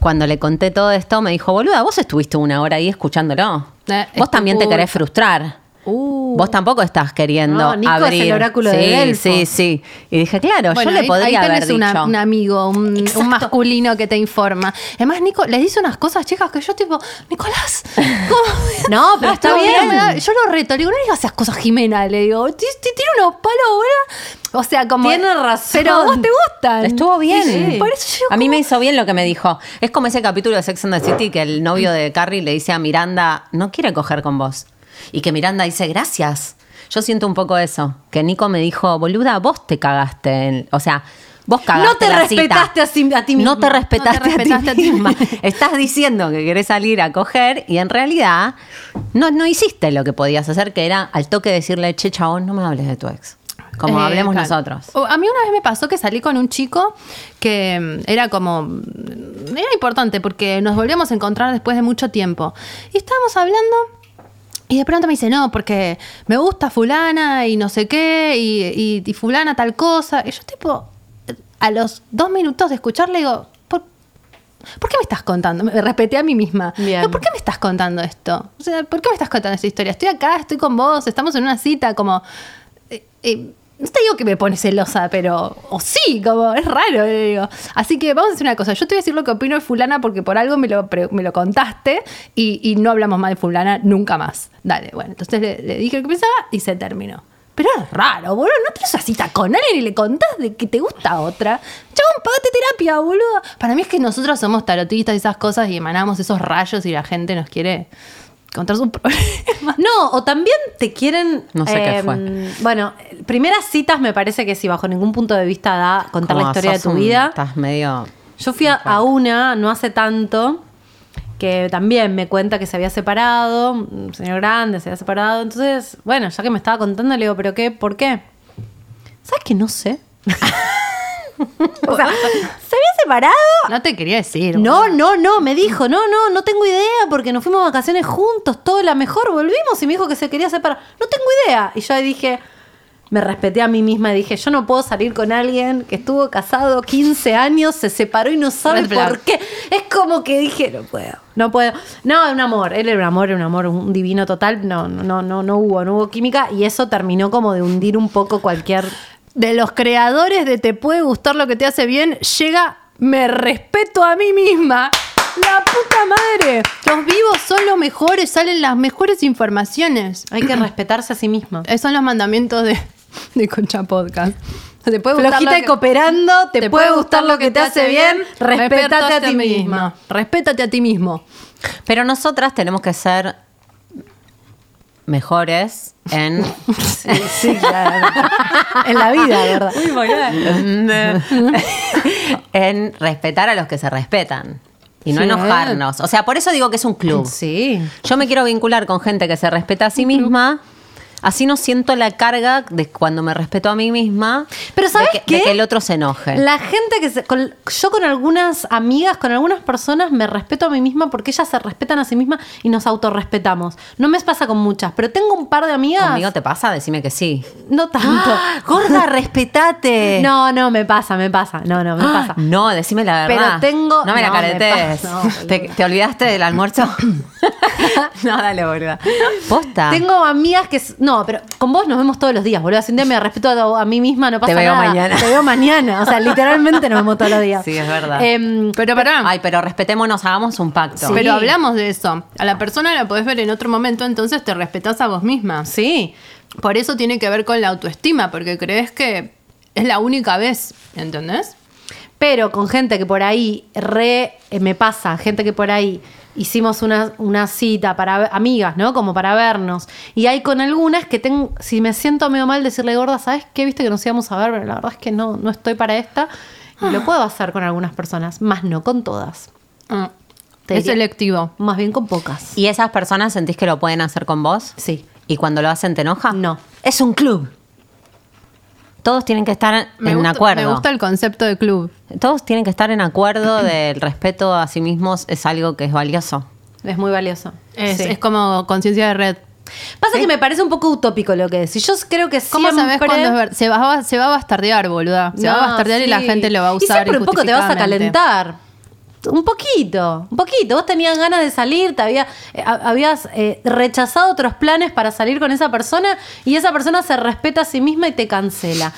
cuando le conté todo esto, me dijo, boluda, vos estuviste una hora ahí escuchándolo. Eh, es vos tu también te culpa". querés frustrar. Uh. Vos tampoco estás queriendo No, Nico es el abrir. oráculo sí, de Delfos. sí, sí. Y dije, claro, Bueno, yo le ahí- podría ahí haber tenés dicho. una- un amigo, un, un Exacto. masculino que te informa. Además, Nico, le dice unas cosas, chicas, que yo tipo, Nicolás, ¿cómo? No, pero está Tipo, bien. me da- Yo lo reto, le digo, no digas esas cosas, Jimena, le digo, "Ti- ti- tiene unos palos ahora. O sea, como. Tiene razón. Pero a vos te gustan. Estuvo bien. Y yo- Por eso yo a mí como- me hizo bien lo que me dijo. Es como ese capítulo de Sex and the City que el novio de Carrie le dice a Miranda, no quiere coger con vos. Y que Miranda dice, gracias. Yo siento un poco eso. Que Nico me dijo, boluda, vos te cagaste. en- O sea, vos cagaste No te la cita. respetaste a sí- a ti misma. No te respetaste, No te respetaste a, a ti ti misma. misma. Estás diciendo que querés salir a coger y en realidad no, no hiciste lo que podías hacer, que era al toque decirle, che, chabón, no me hables de tu ex. Como Eh, hablemos claro. nosotros. O- A mí una vez me pasó que salí con un chico que mm, era como. mm, Era importante porque nos volvíamos a encontrar después de mucho tiempo. Y estábamos hablando. Y de pronto me dice, no, porque me gusta fulana y no sé qué, y, y- y fulana tal cosa. Y yo tipo, a los dos minutos de escucharle digo, ¿por, ¿por qué me estás contando? Me respeté a mí misma. Bien. Digo, ¿Por qué me estás contando esto? O sea, ¿por qué me estás contando esta historia? Estoy acá, estoy con vos, estamos en una cita, como... eh, eh, no te digo que me pone celosa, pero... O sí, como es raro, le digo. Así que vamos a hacer una cosa. Yo te voy a decir lo que opino de fulana porque por algo me lo, pre- me lo contaste y, y no hablamos más de fulana nunca más. Dale, bueno. Entonces le, le dije lo que pensaba y se terminó. Pero es raro, boludo. No tenés una cita con alguien y le contás de que te gusta otra. Chabón, pagate terapia, boludo. Para mí es que nosotros somos tarotistas y esas cosas y emanamos esos rayos y la gente nos quiere contar sus problemas. No, o también te quieren. em, No sé qué fue. Bueno, primeras citas me parece que si bajo ningún punto de vista da contar la Como historia de sos tu un- vida. Estás medio. Yo fui a, a una no hace tanto que también me cuenta que se había separado, un señor grande se había separado. Entonces, bueno, ya que me estaba contando, le digo, ¿pero qué? ¿Por qué? ¿Sabes que no sé? o sea, ¿se había separado? No te quería decir. No, boludo. no, no, me dijo, no, no, no tengo idea porque nos fuimos a vacaciones juntos, todo la mejor, volvimos y me dijo que se quería separar. No tengo idea. Y yo ahí dije, me respeté a mí misma y dije, yo no puedo salir con alguien que estuvo casado 15 años, se separó y no sabe Red flag. por qué. Es como que dije, no puedo, no puedo. No, era un amor, él era un amor, era un amor, un divino total. No, no, no, no hubo, no hubo química y eso terminó como de hundir un poco cualquier... De los creadores de Te puede gustar lo que te hace bien, llega Me respeto a mí misma. La puta madre. Los vivos son los mejores, salen las mejores informaciones. Hay que respetarse a sí misma. Esos Eh, son los mandamientos de, de Concha Podcast. Te puede gustar lo Flojita y que- cooperando, te, puede gustar lo que te hace bien, respétate respétate a ti misma. Respétate a ti mismo. Pero nosotras tenemos que ser mejores en. Sí, claro. en la vida, ¿verdad? en respetar a los que se respetan. Y no Sí. enojarnos. O sea, por eso digo que es un club. Sí. Yo me quiero vincular con gente que se respeta a sí misma. Así no siento la carga de cuando me respeto a mí misma. Pero de ¿sabes que- de qué? que el otro se enoje. La gente que se, con- yo con algunas amigas, con algunas personas me respeto a mí misma porque ellas se respetan a sí mismas y nos autorrespetamos. No me pasa con muchas, pero tengo un par de amigas. ¿Conmigo te pasa? Decime que sí. No tanto. Gorda, respetate. ¡Ah! No, no, me pasa, me pasa. No, no, me Eh. Ah, pasa. No, decime la Pero verdad. tengo- No me la no, me caretes. pasa, no, ¿Te, te olvidaste del almuerzo? no, dale, boluda. Posta. Tengo amigas que. s- No, pero con vos nos vemos todos los días, boludo. Si un día me respeto a, a mí misma, no pasa veo nada. mañana. Te veo mañana. O sea, literalmente nos vemos todos los días. Sí, es verdad. Em, Pero pará. Ay, pero respetémonos, hagamos un pacto. Pero hablamos de eso. A la persona la podés ver en otro momento, entonces te respetás a vos misma. sí. Por eso tiene que ver con la autoestima, porque crees que es la única vez, ¿entendés? Pero con gente que por ahí re eh, me pasa, gente que por ahí hicimos una, una cita para ve- amigas, ¿no? Como para vernos. Y hay con algunas que tengo, si me siento medio mal decirle gorda, ¿sabes qué? Viste que nos íbamos a ver, pero la verdad es que no, no estoy para esta. Y lo puedo hacer con algunas personas, más no con todas. Ah, Te es diría- selectivo. Más bien con pocas. ¿Y esas personas sentís que lo pueden hacer con vos? Sí. ¿Y cuando lo hacen te enoja? No. Es un club. Todos tienen que estar Me en gusta- acuerdo. Me gusta el concepto de club. Todos tienen que estar en acuerdo del respeto a sí mismos es algo que es valioso. Es muy valioso. Es, Sí. es como conciencia de red. Pasa que me parece un poco utópico lo que decís. Yo creo que ¿Cómo siempre... sabes cuándo es verdad? Se va, a- se va a bastardear, boluda. Se va a No, bastardear y la sí. gente lo va a Y usar. siempre un poco te vas a injustificadamente. calentar. Un poquito, un poquito. Vos tenías ganas de salir, te había, eh, ha- habías eh, rechazado otros planes para salir con esa persona y esa persona se respeta a sí misma y te cancela.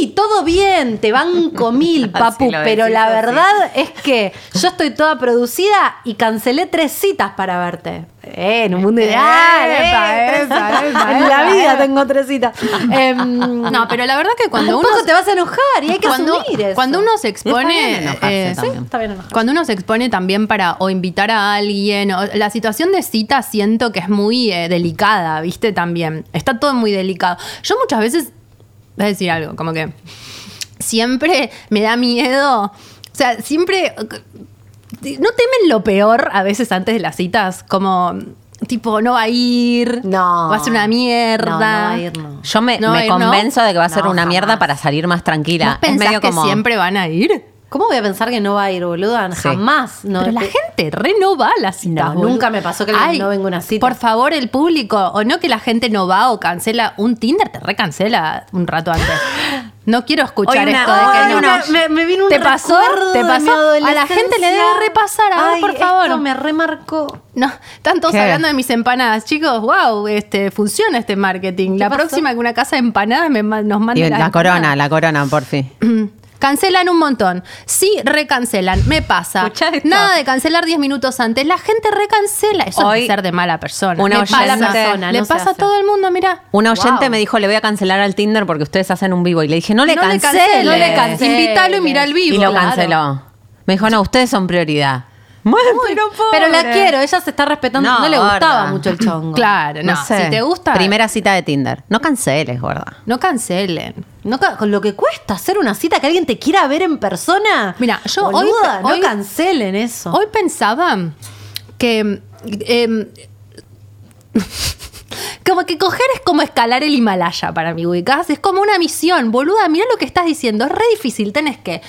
Y todo bien, te banco mil, Así papu, lo pero decís, la así. verdad es que yo estoy toda producida y cancelé tres citas para verte. Eh, en un mundo ideal. Eh, epa, esa, epa. esa, en la esa, vida esa. tengo tres citas. Em, No, pero la verdad que un cuando uno. poco te vas a enojar y hay que cuando, asumir eso. cuando uno se Está bien expone. enojarse eh, también. Sí, está bien enojado. Cuando uno se expone también para o invitar a alguien, o- la situación de cita siento que es muy eh, delicada, ¿viste? También. Está todo muy delicado. Yo muchas veces, voy a decir algo, como que siempre me da miedo, o sea, siempre, ¿no temen lo peor a veces antes de las citas? Como, tipo, no va a ir, No. va a ser una mierda. No, no va a ir, no. Yo me, No, me eh, ¿no? convenzo de que va a ser No, una jamás. mierda para salir más tranquila. ¿Vos pensás es medio que como siempre van a ir? ¿Cómo voy a pensar que no va a ir, boluda? Jamás. No, Pero la eh, gente re no va a las citas. No, boludo. nunca me pasó que Ay, no venga una cita. Por favor, el público, o no que la gente no va o cancela un Tinder, te recancela un rato antes. No quiero escuchar Hoy una- esto de que hoy no. una- me- me vino un ¿Te pasó? recuerdo ¿Te de pasó? mi a la adolescencia. gente le debe repasar, a ver, Ay, por favor. Esto me remarcó. No, están todos ¿Qué? hablando de mis empanadas. Chicos, wow, este, funciona este marketing. La pasó? próxima que una casa de empanadas me ma- nos mande Y las la corona, empanadas. la corona, por fin. Cancelan un montón. Sí, recancelan. Me pasa. Escuchá esto. Nada de cancelar 10 minutos antes. La gente recancela. Eso Hoy, es ser de mala persona. una Le pasa- oyente- mala persona, no Le se pasa a hace. todo el mundo, mira. Una oyente Wow. me dijo, le voy a cancelar al Tinder porque ustedes hacen un vivo. Y le dije, no le No le canceles. canceles. no le canceles. Invítalo y mira el vivo. Y lo Claro. canceló. Me dijo, no, ustedes son prioridad. pero, Pero la quiero, ella se está respetando. No, No, le gustaba gorda. mucho el chongo. Claro, no. No sé. Si te gusta, Primera cita de Tinder. No canceles, gorda. no cancelen. No ca- con lo que cuesta hacer una cita que alguien te quiera ver en persona. Mira, yo hoy- Boluda, no hoy- cancelen eso. Hoy pensaba que. em, como que coger es como escalar el Himalaya para mí, ubicás. Es como una misión, boluda. Mirá lo que estás diciendo. Es re difícil, tenés que.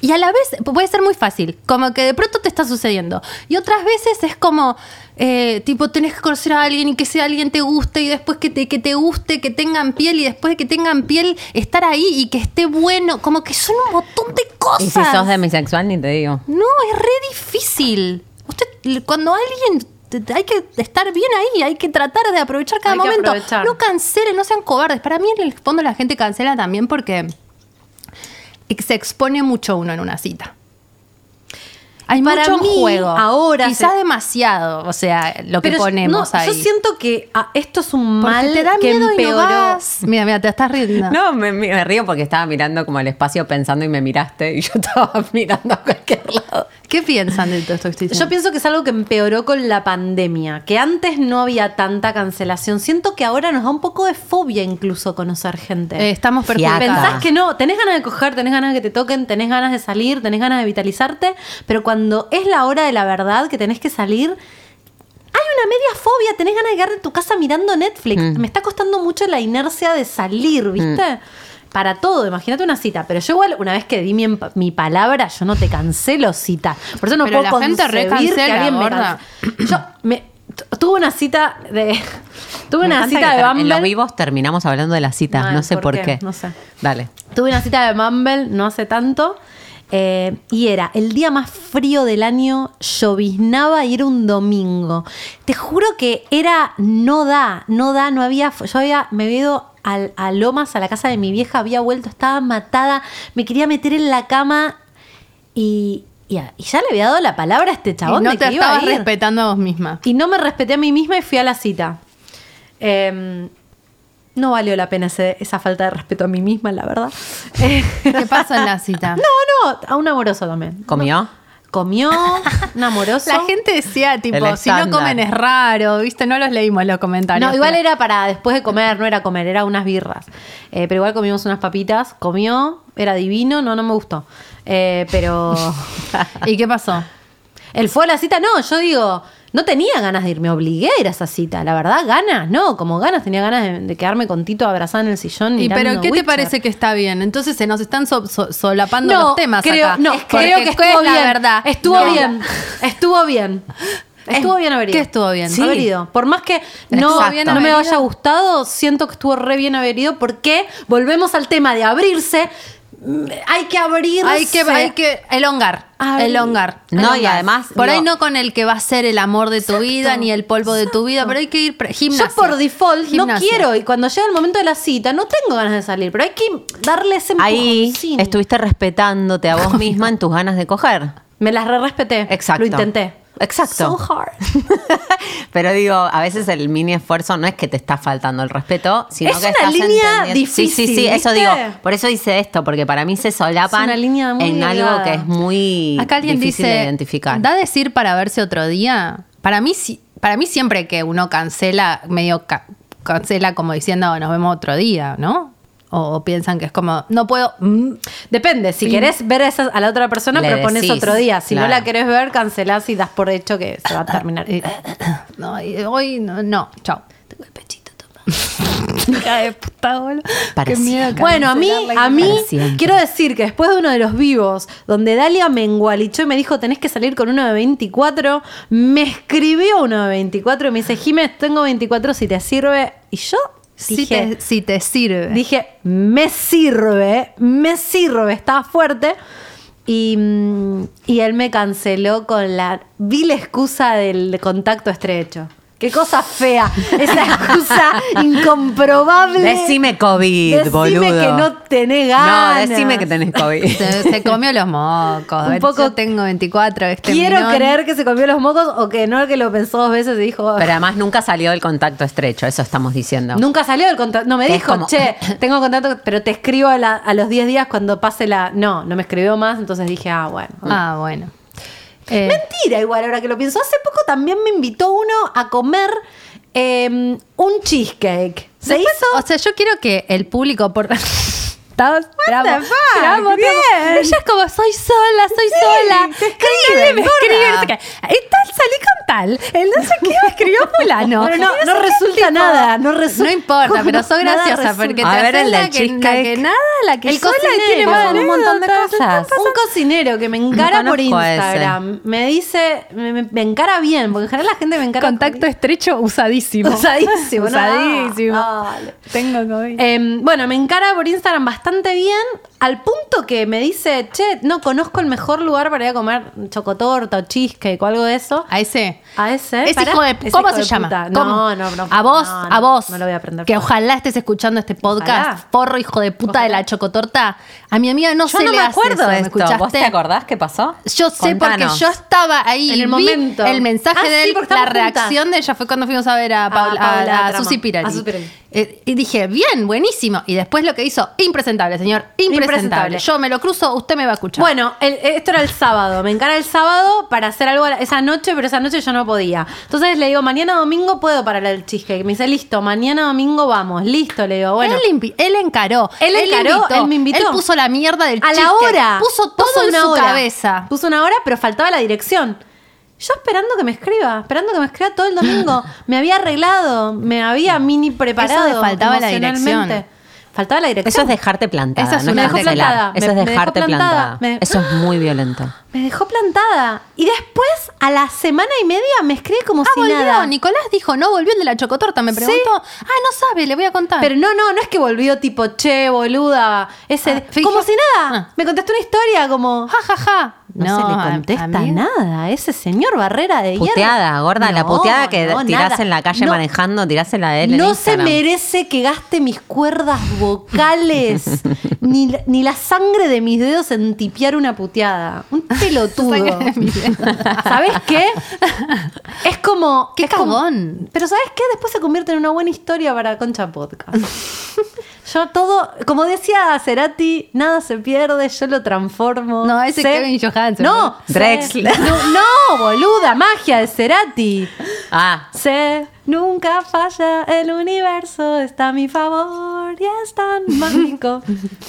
Y a la vez puede ser muy fácil, como que de pronto te está sucediendo. Y otras veces es como, eh, tipo, tenés que conocer a alguien y que ese alguien te guste y después que te, que te guste, que tengan piel y después de que tengan piel, estar ahí y que esté bueno. Como que son un montón de cosas. Y si sos demisexual, ni te digo. No, es re difícil. Usted, l- cuando alguien. te- te- Hay que estar bien ahí, hay que tratar de aprovechar cada Hay que momento. aprovechar. No cancelen, no sean cobardes. Para mí, en el fondo, la gente cancela también porque se expone mucho uno en una cita. Hay Para mucho en mí, juego. ahora Quizás se- demasiado, o sea, lo que Pero yo- ponemos no, ahí. Yo siento que ah, esto es un Porque mal te da que miedo y no empeoró. vas. Mira, mira, te estás riendo. No, me, me- me río porque estaba mirando como el espacio pensando y me miraste y yo estaba mirando a cualquier lado. ¿Qué piensan de todo esto que estoy Yo diciendo? pienso que es algo que empeoró con la pandemia, que antes no había tanta cancelación. Siento que ahora nos da un poco de fobia incluso conocer gente. Eh, estamos Fiaca. perjudicadas. Pensás que no, tenés ganas de coger, tenés ganas de que te toquen, tenés ganas de salir, tenés ganas de vitalizarte, pero cuando es la hora de la verdad que tenés que salir, hay una media fobia, tenés ganas de quedarte en tu casa mirando Netflix. Mm. Me está costando mucho la inercia de salir, ¿viste? Para todo, imagínate una cita. Pero yo igual, una vez que di mi, emp- mi palabra, yo no te cancelo cita. Por eso no Pero puedo la gente re concebir que cancela, alguien me gorda. cancele. Yo me- tu- tuve una cita de... Tuve Me una encanta cita que de ter- En los Bumble. vivos terminamos hablando de las citas, Mal, no sé por, qué. No sé. Dale. Tuve una cita de Mumble no hace tanto. eh, y era el día más frío del año, lloviznaba y era un domingo. Te juro que era no da, no da, no había. Yo había, me había ido al- a Lomas, a la casa de mi vieja, había vuelto, estaba matada, me quería meter en la cama y, y a- y ya le había dado la palabra a este Y chabón no de te que iba a estabas ir. respetando a vos misma. Y no me respeté a mí misma y fui a la cita. Eh, No valió la pena ese- esa falta de respeto a mí misma, la verdad. ¿Qué pasó en la cita? No, no, a un amoroso también. ¿Comió? Comió, un amoroso. La gente decía, tipo, El si no estándar. comen es raro, ¿viste? No los leímos los comentarios. No, igual pero- era para después de comer, no era comer, era unas birras. Eh, pero igual comimos unas papitas, comió, era divino, no, no me gustó. Eh, pero ¿Y qué pasó? él fue a la cita, no, yo digo, no tenía ganas de ir, me obligué a ir a esa cita. La verdad, ganas, no, como ganas, tenía ganas de, de quedarme con Tito abrazada en el sillón. ¿Y mirando pero qué Witcher. te parece que está bien? Entonces se nos están so- so- solapando los temas creo, acá. No, Es creo porque que estuvo es bien. la verdad. Estuvo No. bien. Estuvo bien. Estuvo bien haber ido. ¿Qué estuvo bien? Sí. Haber ido. Por más que no, Estuvo bien no haber me ido. haya gustado, siento que estuvo re bien haber ido porque volvemos al tema de abrirse. Mm, Hay que abrirse. Hay que, hay que elongar, Ay. elongar. No, elongar. y además, Por ahí no- no con el que va a ser el amor de tu vida, ni el polvo de tu vida, pero hay que ir pre- gimnasia. Yo por default no Gimnasia. quiero y cuando llega el momento de la cita no tengo ganas de salir, pero hay que darle ese Ahí empujoncín. estuviste respetándote a vos misma en tus ganas de coger. Me las re respeté. Exacto. Lo intenté. Exacto. So hard. Pero digo, a veces el mini esfuerzo no es que te está faltando el respeto, sino Es que una estás línea entendiendo- Sí, difícil, sí, sí, eso ¿viste? digo. Por eso hice esto, porque para mí se solapan Es una línea muy en algo delgada. que es muy Acá alguien difícil dice, de identificar. ¿da decir para verse otro día? Para mí, sí- para mí siempre que uno cancela, medio ca- cancela como diciendo "Oh, nos vemos otro día, ¿no? O, o piensan que es como, no puedo... mm, Depende, si querés ver a, esa- a la otra persona, Le propones decís, otro día. Si claro. no la querés ver, cancelás y das por hecho que se va a terminar. eh, no, eh, hoy no, no, chao. Tengo el pechito tomado. Hija de puta, boludo. Para Qué miedo siempre. Bueno, a mí, cancelarla. a mí Para siempre. quiero decir que después de uno de los vivos, donde Dalia me engualichó y me dijo tenés que salir con uno de 24, me escribió uno de 24 y me dice, Jiménez, tengo 24 si te sirve. Y yo Si, dije, te, si te sirve. Dije, me sirve, me sirve, estaba fuerte. Y, mm, y él me canceló con la vil excusa del contacto estrecho. Qué cosa fea, esa excusa incomprobable. Decime COVID, Decime boludo. que no tenés ganas. No, decime que tenés COVID. se, se comió los mocos. Un Un poco- poco yo tengo 24. Este Quiero minón. creer que se comió los mocos o que no, que lo pensó dos veces y dijo... Pero además nunca salió del contacto estrecho, eso estamos diciendo. Nunca salió el contacto. No me Es dijo, como- che, tengo contacto, pero te escribo a, la- a los 10 días cuando pase la. No, no me escribió más, entonces dije, ah, bueno. Ah, bueno. Eh, Mentira, igual, ahora que lo pienso. Hace poco también me invitó uno a comer eh, un cheesecake. Se después, hizo. O sea, yo quiero que el público por. Estabas- te amo, Bravo, te bravo, amo, te te amo. amo. Ella es como, soy sola, soy sola. te Nadie escriben, me gorda. escribe. no sé qué. Y tal, salí con tal. El no sé qué me escribió fulano. Pero no, Y no sé qué, resulta nada, no resulta- No importa, pero No, sos nada graciosa resulta. porque te A ver, haces el la del que, la cheesecake. que nada, la que El sola cocinero, tiene más con un montón de anécdotas, cosas. está Un cocinero que me encara No por conozco a ese. Instagram. Me dice, me, me- me encara bien, porque en general la gente me encara. Contacto estrecho usadísimo. Usadísimo, no. Ah. Usadísimo. Dale. Tengo COVID. Eh, bueno, me encara por Instagram bastante bien, al punto que me dice, che, no conozco el mejor lugar para ir a comer chocotorta o cheesecake o algo de eso. a ese. A ese. Ese pará, hijo de- ese ¿Cómo hijo se de llama? puta. ¿Cómo? No, no, no. A vos, no, no, a vos. No lo voy a aprender. Que ojalá estés escuchando este podcast. Ojalá. Porro, hijo de puta de la chocotorta. A mi amiga no Yo se no le me hace acuerdo eso, de ¿me esto. escuchaste? ¿Vos te acordás qué pasó? Yo sé Contanos. porque yo estaba ahí. En el vi momento. El mensaje Ah, de sí, él, porque la estamos juntas. reacción de ella fue cuando fuimos a ver a, Paula, a- Paula a Tramo. Susi Pirelli. A Susi Pirelli. Eh, y dije, bien, buenísimo. Y después lo que hizo, impresentable, señor. Impresentable. Impresentable. Yo me lo cruzo, usted me va a escuchar. Bueno, el- esto era el sábado. Me encara el sábado para hacer algo esa noche, pero esa noche yo no podía. Entonces le digo, mañana domingo puedo parar el cheesecake. Me dice, listo, mañana domingo vamos. Listo, le digo, bueno. él, invi- él encaró. Él encaró, él me invitó. Él puso la mierda del a la cheesecake, hora. Puso todo en una su hora. cabeza. Puso una hora, pero faltaba la dirección. Yo esperando que me escriba, esperando que me escriba todo el domingo. me había arreglado, me había mini preparado. Eso de faltaba la emocionalmente. dirección. Faltaba la dirección. Eso es dejarte plantada. Esa es no una- cancelar. me dejó plantada, Eso me- me es dejó dejarte plantada, plantada. me- Eso es muy violento. Me dejó plantada. Y después, a la semana y media, me escribe como Ah, si volvió. nada. Nicolás dijo, no volvió el de la chocotorta, me preguntó. Ah, no sabe, le voy a contar. Pero no, no, no es que volvió tipo, che, boluda. Ese, Ah, fijo- como si nada. Ah. Me contestó una historia como. ja, ja, ja. No, se le a- contesta amigo. nada. Ese señor Barrera de hierro. Puteada, gorda, la No, puteada que no, tirás nada. en la calle No, manejando, tirás en la de él. en No se Instagram. merece que gaste mis cuerdas vocales. ni, la- ni la sangre de mis dedos en tipear una puteada. Un pelotudo. Sangre de mis dedos. ¿Sabés qué? Es como. Qué es como- cagón. pero ¿sabés qué? Después se convierte en una buena historia para Concha Podcast. Yo todo, como decía Cerati, nada se pierde, yo lo transformo. No, ese Kevin Johansen, No, ¿no? sé- Drexler. No, no, boluda, magia de Cerati. Ah, Sé, nunca falla, el universo está a mi favor y es tan mágico.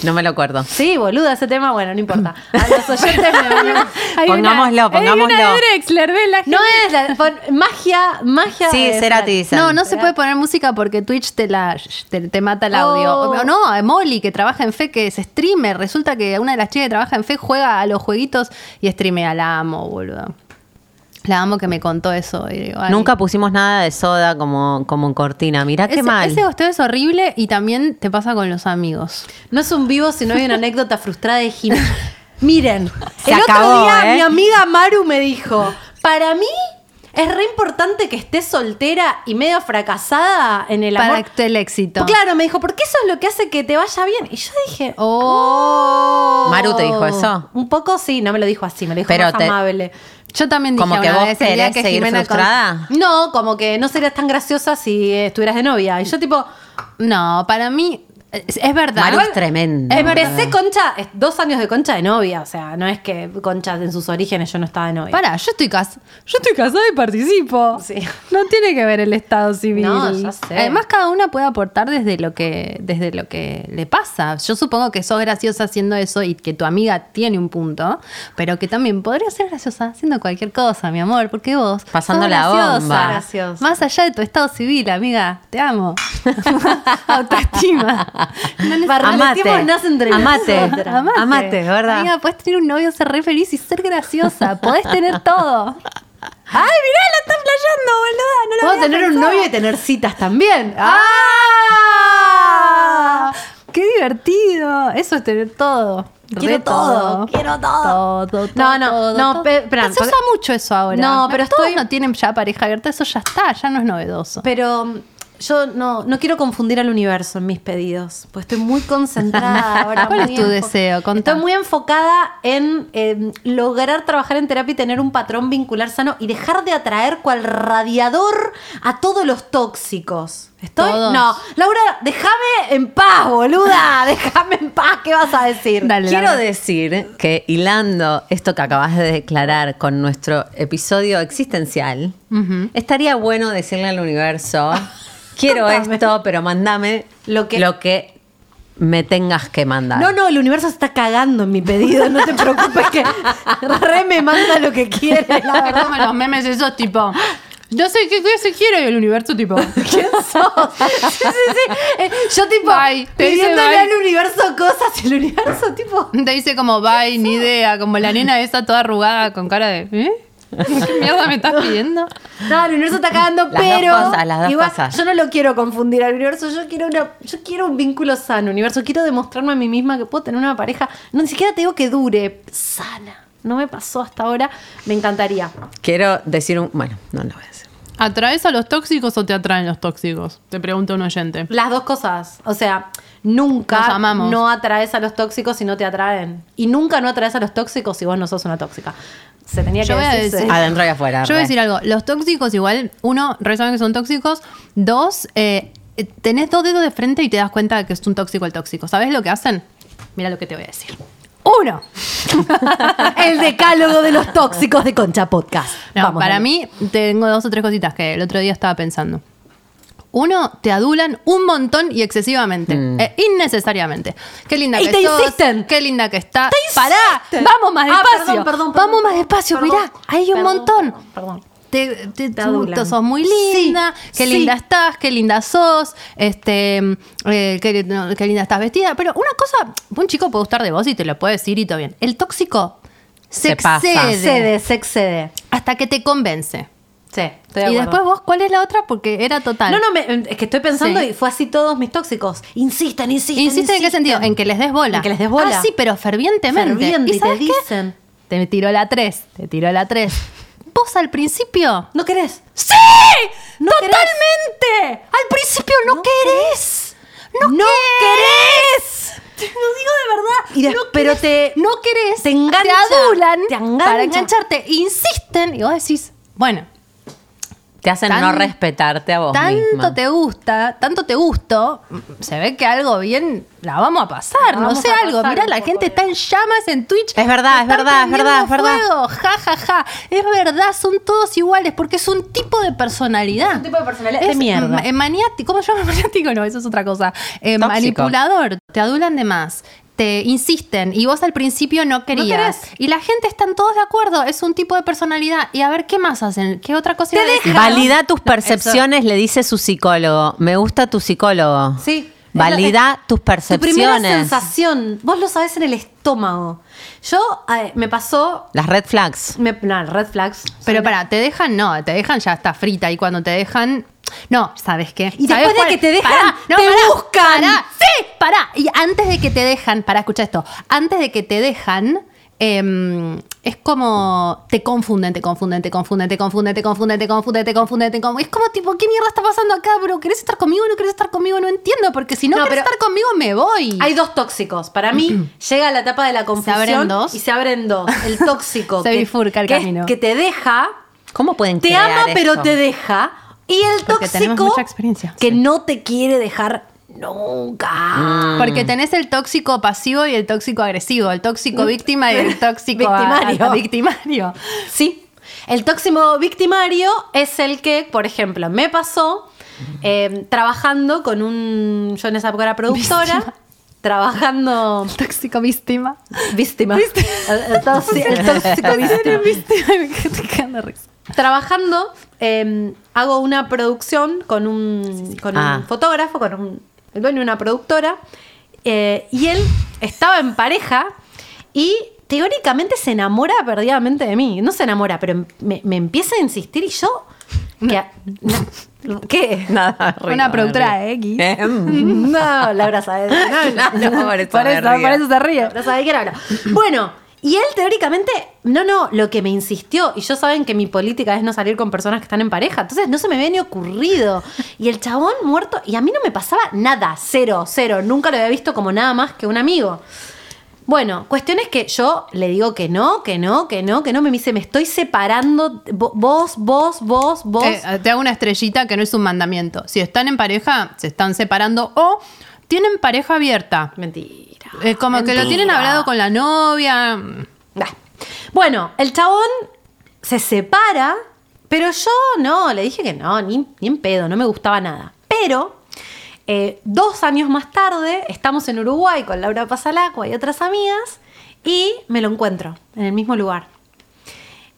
no me lo acuerdo. Sí, boluda, ese tema, bueno, no importa. A los oyentes me van a- Hay Pongámoslo, una- hay pongámoslo. una de Drexler, ve la No es la- pon- magia, magia. Sí, de Cerati dicen. No, no se puede poner música porque Twitch te la te, te mata el Oh. audio. O No, a Molly que trabaja en Fe, que es streamer. Resulta que una de las chicas que trabaja en Fe juega a los jueguitos y streamea. La amo, boludo. La amo que me contó eso. y digo, ay. Nunca pusimos nada de soda como, como en cortina. Mirá qué Ese- mal. Ese gosteo es horrible y también te pasa con los amigos. No es un vivo, sino hay una anécdota frustrada de Jimena. Miren, Se el otro acabó, día ¿eh? mi amiga Maru me dijo, para mí es re importante que estés soltera y medio fracasada en el Para amor. que el Pues éxito. Claro, me dijo, porque eso es lo que hace que te vaya bien. Y yo dije, Oh. Maru te dijo eso. un poco sí, no me lo dijo así, me lo dijo Pero más te- amable. Yo también dije Como que una vos vez el día querés que seguir Jimena con- frustrada. No, como que no serías tan graciosa si eh, estuvieras de novia. Y yo tipo, No, para mí es, es verdad. Maru es Igual- tremenda. empecé concha, es- dos años de concha de novia. O sea, no es que concha en sus orígenes yo no estaba de novia. Pará, yo estoy casada. Yo estoy casada y participo. Sí. No tiene que ver el estado civil. No, ya sé. Además, cada una puede aportar desde lo que, desde lo que le pasa. Yo supongo que sos graciosa haciendo eso y que tu amiga tiene un punto, pero que también podría ser graciosa haciendo cualquier cosa, mi amor, porque vos. Pasando sos la graciosa. bomba. Graciosa. Más allá de tu estado civil, amiga, te amo. Autoestima. No neces- Barra- Amate. nace entre Amate. nosotras. Amate. Amate, ¿verdad? Amiga, podés tener un novio, ser re feliz y ser graciosa. Podés tener todo. ¡Ay, mirá, la está flayando, boluda! No lo Puedo había tener un pensado. novio y tener citas también. Ah. ¡Qué divertido! Eso es tener todo. Quiero Re todo, quiero todo. Todo, todo, No, no, todo, no, todo. pe- espera, Se usa porque- mucho eso ahora. No, pero Todos estoy- no tienen ya pareja abierta, eso ya está, ya no es novedoso. Pero mm, yo no, no quiero confundir al universo en mis pedidos, pues estoy muy concentrada ahora. ¿Cuál muy es tu enfo- deseo? Contá. Estoy muy enfocada en eh, lograr trabajar en terapia y tener un patrón vincular sano y dejar de atraer cual radiador a todos los tóxicos. ¿Estoy? Todos. No. Laura, déjame en paz, boluda. Déjame en paz. ¿Qué vas a decir? Dale, Quiero Laura. decir que hilando esto que acabas de declarar con nuestro episodio existencial, estaría bueno decirle al universo, quiero esto, pero mándame Lo lo que- que, me tengas que mandar. No, no, el universo se está cagando en mi pedido, no te preocupes que re me manda lo que quiere, la La verdad, verdad. me los memes esos tipo. No sé qué qué se quiere y el universo tipo. ¿Quién sos? Sí, sí, sí. Eh, Yo tipo Bye, te dice pidiéndole bye. al universo cosas y el universo tipo Te dice como, bye, ni idea, como la nena esa toda arrugada con cara de. ¿Eh? ¿Qué mierda me estás pidiendo? No, el universo está cagando, Las dos pero cosas, las dos igual, cosas. yo no lo quiero confundir al universo, yo quiero una, yo quiero un vínculo sano, universo, quiero demostrarme a mí misma que puedo tener una pareja, no ni siquiera te digo que dure, sana. No me pasó hasta ahora, me encantaría. Quiero decir un... Bueno, no lo voy a decir. ¿Atraes a los tóxicos o te atraen los tóxicos? Te pregunta un oyente. Las dos cosas. O sea, nunca Nos amamos. no atraes a los tóxicos si no te atraen. Y nunca no atraes a los tóxicos si vos no sos una tóxica. Se tenía Yo que voy a decirse. decir- Adentro y afuera. Yo voy a re. decir algo. Los tóxicos, igual, uno, re saben que son tóxicos. Dos, eh, eh, tenés dos dedos de frente y te das cuenta de que es un tóxico el tóxico. ¿Sabes lo que hacen? Mira lo que te voy a decir. Uno. El decálogo de los tóxicos de Concha Podcast. No, Vamos, para dale. mí tengo dos o tres cositas que el otro día estaba pensando. Uno, te adulan un montón y excesivamente, eh, innecesariamente. Qué linda Mm. Y que te sos, insisten. qué linda que está. ¡Te Pará, insisten! vamos más Ah, despacio. perdón, perdón, perdón, vamos más perdón, despacio, perdón, mirá, hay un perdón, montón. perdón, perdón. Te, te, Te adulan. tú sos muy Sí, linda, qué sí. linda estás, qué linda sos, este, eh, qué, no, qué linda estás vestida. Pero una cosa, un chico puede gustar de vos y te lo puede decir y todo bien. El tóxico se, Se pasa. excede Excede, se excede. hasta que te convence. Sí, estoy de y acuerdo. después vos, ¿cuál es la otra? Porque era total. No, no, me- es que estoy pensando Sí. y fue así todos mis tóxicos. Insisten, insisten. ¿Insiste en qué sentido? En que les des bola. En que les des bola. Ah, sí, pero fervientemente. Ferviente, y te sabes qué? dicen. Te tiró la 3, te tiró la 3. Vos al principio... ¿No querés? ¡Sí! No ¡Totalmente! Al principio no, querés. No, querés. Te lo digo de verdad. Y des- no pero querés- te- no querés, te engancha, adulan te engancha. para engancharte, insisten y vos decís, bueno, Te hacen Tan- no respetarte a vos tanto misma. te gusta, tanto te gusto, se ve que algo bien la vamos a pasar, La no vamos sé a algo. pasar Mirá, un la poco gente de- está en llamas en Twitch. Es verdad, es Están verdad, es verdad, es prendiendo verdad. fuego, Ja, ja, ja. Es verdad, son todos iguales porque es un tipo de personalidad. un tipo de personalidad de mierda. ma- eh, maniático, ¿cómo se llama maniático? No, eso es otra cosa. Eh, Tóxico. manipulador, te adulan de más. Te insisten y vos al principio no querías. querés. y la gente están todos de acuerdo, es un tipo de personalidad. Y a ver, ¿qué más hacen? ¿Qué otra cosa? iba a decir? Valida tus percepciones, le dice su psicólogo. Me gusta tu psicólogo. Sí. Valida tus Tu primera percepciones. sensación, vos lo sabés en el estómago. Yo eh, me pasó, Las red flags. me, no, red flags. Pero para, te dejan, no, te dejan ya está frita y cuando te dejan, no, ¿sabes qué? Y ¿Sabés después de cuál? que te dejan, Pará, te pará, buscan. pará, sí, pará. Y antes de que te dejan, pará, escucha esto, antes de que te dejan, em, es como te confunden, te confunden, te confunden, te confunden, te confunden, te confunden, te confunden, te confunden. Es como tipo, ¿qué mierda está pasando acá, bro? ¿Querés estar conmigo? ¿No querés estar conmigo? No entiendo, porque si no, No, querés pero- estar conmigo, me voy. Hay dos tóxicos. Para mí, llega la etapa de la confusión abren dos. y se abren dos. El tóxico Se bifurca el que, camino. que te deja ¿Cómo pueden te crear ama pero esto? te deja y el Porque tenemos tóxico mucha experiencia. que Sí. Mm. no te quiere dejar nunca. Porque tenés el tóxico pasivo y el tóxico agresivo, el tóxico víctima y el tóxico Victimario. a- a- victimario. Sí. El tóxico victimario es el que, por ejemplo, me pasó eh, trabajando con un. Yo en esa época era productora. Trabajando. Tóxico víctima. Víctima. El, el tóxi- el tóxico víctima. trabajando, eh, hago una producción con un, con Ah. un fotógrafo, con un, el dueño de una productora, eh, y él estaba en pareja y teóricamente se enamora perdidamente de mí. No se enamora, pero em- me, me empieza a insistir y yo... que a- no, ¿Qué? Nada, río, Una me productora río. X. Em. No, Laura sabe. No, no, No, por eso Por me eso, río. por eso se ríe. no sabe de qué era, no. Bueno, y él teóricamente, no, no, lo que me insistió, y yo saben que mi política es no salir con personas que están en pareja, entonces no se me había ni ocurrido. Y el chabón muerto, y a mí no me pasaba nada, cero, cero, nunca lo había visto como nada más que un amigo. Bueno, cuestión es que yo le digo que no, que no, que no, que no, me dice, me estoy separando, vo- vos, vos, vos, vos. Eh, te hago una estrellita que no es un mandamiento. Si están en pareja, se están separando o tienen pareja abierta. Mentira. Eh, como que lo tienen hablado con la novia. Bah. Bueno, el chabón se separa, pero yo no, le dije que no, ni, ni en pedo, no me gustaba nada. Pero eh, dos años más tarde estamos en Uruguay con Laura Pasalacua y otras amigas y me lo encuentro en el mismo lugar.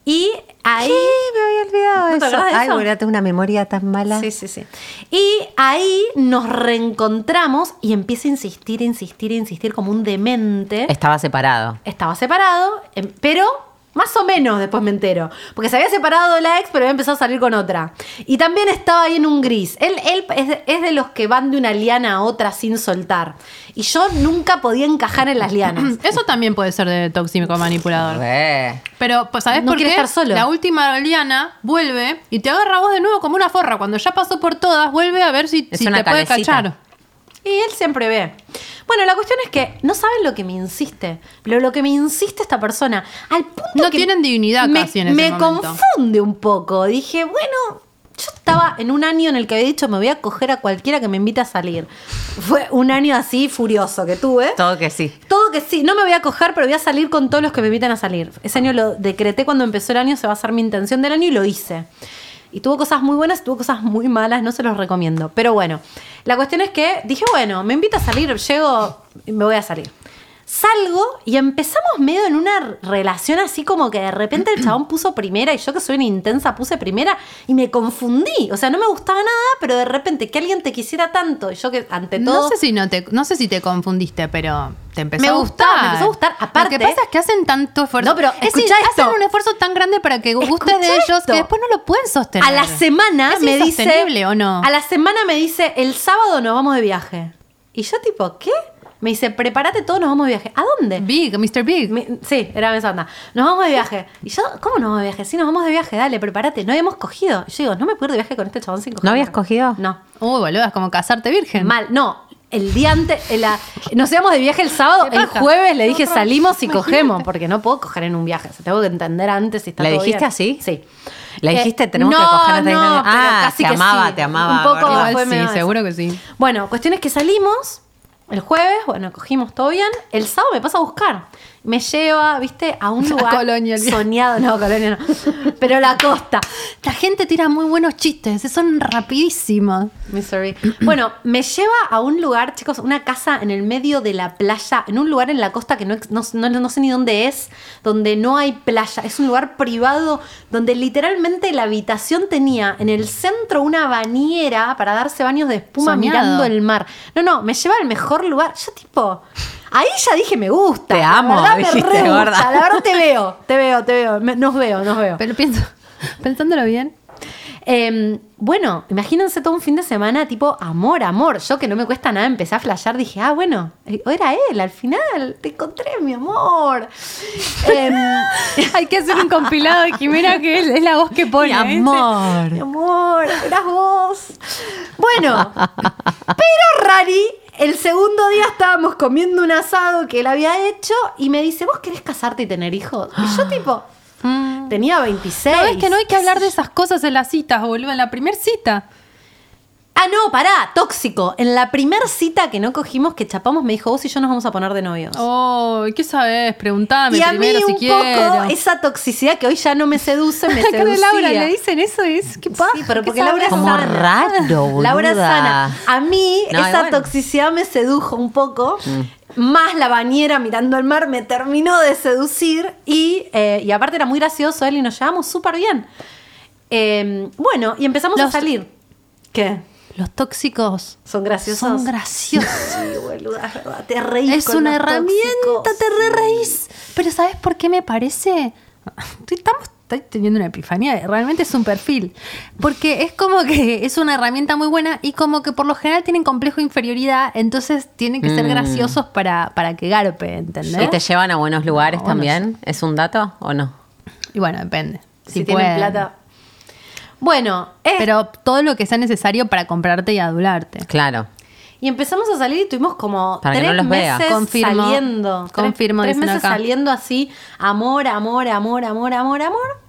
Y ahí... Me había olvidado ¿No te eso. acordás de Ay, eso? boluda, tengo una memoria tan mala. Sí, sí, sí. Y ahí nos reencontramos y empieza a insistir, insistir, insistir como un demente. Estaba separado. estaba separado, em- pero más o menos después me entero. Porque se había separado de la ex, pero había empezado a salir con otra. Y también estaba ahí en un gris. Él, él es, de- es de los que van de una liana a otra sin soltar. Y yo nunca podía encajar en las lianas. Eso también puede ser de tóxico manipulador. Re. Pero, pues, ¿sabes No por qué? quiere estar solo. La última Liana vuelve y te agarra a vos de nuevo como una forra. Cuando ya pasó por todas, vuelve a ver si, Es si una te puede calecita. cachar. Y él siempre ve. Bueno, la cuestión es que no saben lo que me insiste. Pero lo que me insiste esta persona. Al punto No que tienen dignidad me, casi en ese me momento. confunde un poco. Dije, bueno, yo estaba en un año en el que había dicho me voy a coger a cualquiera que me invite a salir. Fue un año así furioso que tuve. Todo que sí. Todo que sí, no me voy a coger, pero voy a salir con todos los que me invitan a salir. Ese año lo decreté cuando empezó el año, se va a ser mi intención del año y lo hice. Y tuvo cosas muy buenas, tuvo cosas muy malas, no se los recomiendo. Pero bueno, la cuestión es que dije, bueno, me invita a salir, llego, me voy a salir. Salgo y empezamos medio en una relación así como que de repente el chabón puso primera y yo que soy una intensa puse primera y me confundí. O sea, no me gustaba nada, pero de repente que alguien te quisiera tanto y yo que ante todo... No sé si no te, no sé si te confundiste, pero te empezó Me a gustó, gustar. me empezó a gustar. Aparte- Lo que pasa es que hacen tanto esfuerzo. No, pero es decir, escuchá esto. hacen un esfuerzo tan grande para que gustes de Escuchá ellos esto. que después no lo pueden sostener. A la semana ¿Es me dice. insostenible o no? A la semana me dice, el sábado nos vamos de viaje. Y yo, tipo, ¿qué? Me dice, prepárate todo, nos vamos de viaje. ¿A dónde? Big, Mr. Big. Me- sí, era esa onda. Nos vamos de viaje. Y yo, ¿cómo nos vamos de viaje? Sí, nos vamos de viaje, dale, prepárate. No habíamos cogido. Y yo digo, no me puedo ir de viaje con este chabón sin coger. ¿No habías nada". cogido? No. Uy, boludo, es como casarte virgen. Mal, no. el día antes, en la- nos íbamos de viaje el sábado, ¿Qué el pasa? jueves le dije Otra- salimos y cogemos, porque no puedo coger en un viaje, se tengo que entender antes si está ¿Le todo dijiste bien. así? Sí. ¿Le Eh, dijiste tenemos no, que coger antes de no, irnos? pero Ah, casi te que amaba, sí. te amaba, Un poco Gordi. fue medio sí, eso. seguro que sí. Bueno, cuestión es que salimos el jueves, bueno, cogimos todo bien. El sábado me pasa a buscar. Me lleva, viste, a un La lugar Colonia, el día. soñado, no, colonia no, pero la costa. La gente tira muy buenos chistes, son rapidísimos. Missouri. Bueno, me lleva a un lugar, chicos, una casa en el medio de la playa, en un lugar en la costa que no, ex- no, no- no sé ni dónde es, donde no hay playa. Es un lugar privado donde literalmente la habitación tenía en el centro una bañera para darse baños de espuma Soñado. mirando el mar. No, no, me lleva al mejor lugar. Yo tipo... Ahí ya dije me gusta. Te La amo, verdad me dijiste, re gusta, gorda. La verdad te veo, te veo, te veo. Me- nos veo, nos veo. Pero pienso, pensándolo bien, Eh, bueno, imagínense todo un fin de semana tipo amor, amor. Yo que no me cuesta nada empecé a flashear, dije, ah, bueno, eh, era él al final, te encontré, mi amor. Em, hay que hacer un compilado de Jimena que es, es la voz que pone. ¿eh? mi amor, eras vos. Bueno, pero Rari, el segundo día estábamos comiendo un asado que él había hecho y me dice, ¿vos querés casarte y tener hijos? Y yo tipo, tenía 26. No ves que no hay que hablar de esas cosas en las citas, boludo, en la primer cita. Ah, no, pará, tóxico. En la primer cita que no cogimos, que chapamos, me dijo, vos y yo nos vamos a poner de novios. Oh, ¿qué sabes? Preguntame y a mí primero si un poco quieres. esa toxicidad que hoy ya no me seduce, me La cara de seducía. Laura le dicen eso es qué paja. Sí, pero ¿qué porque Laura es sabes? Como sana. raro, boluda. Laura es sana. A mí No, Mm. esa igual. toxicidad me sedujo un poco. Más la bañera mirando al mar me terminó de seducir. Y, eh, y aparte era muy gracioso él y nos llevamos súper bien. Eh, bueno, y empezamos a Los- salir. ¿Qué? Los tóxicos Son graciosos. son graciosos. Sí, boluda, es verdad, te reís es con una los herramienta, tóxicos. te re reís. Pero ¿sabes por qué me parece? Estoy- Estamos estoy teniendo una epifanía, realmente es un perfil. Porque es como que es una herramienta muy buena y como que por lo general tienen complejo de inferioridad, entonces tienen que ser Mm. graciosos para, para que garpe, ¿entendés? ¿Y te llevan a buenos lugares Ah, bueno, también? ¿Es un dato o no? Y bueno, depende. Si, pueden. tienen plata. Bueno, eh, Pero todo lo que sea necesario para comprarte y adularte. Claro. y empezamos a salir y tuvimos como Para que tres no los vea. meses Confirmo. saliendo. Tres- Confirmo, Tres, dicen meses acá. saliendo así, amor, amor, amor, amor, amor, amor.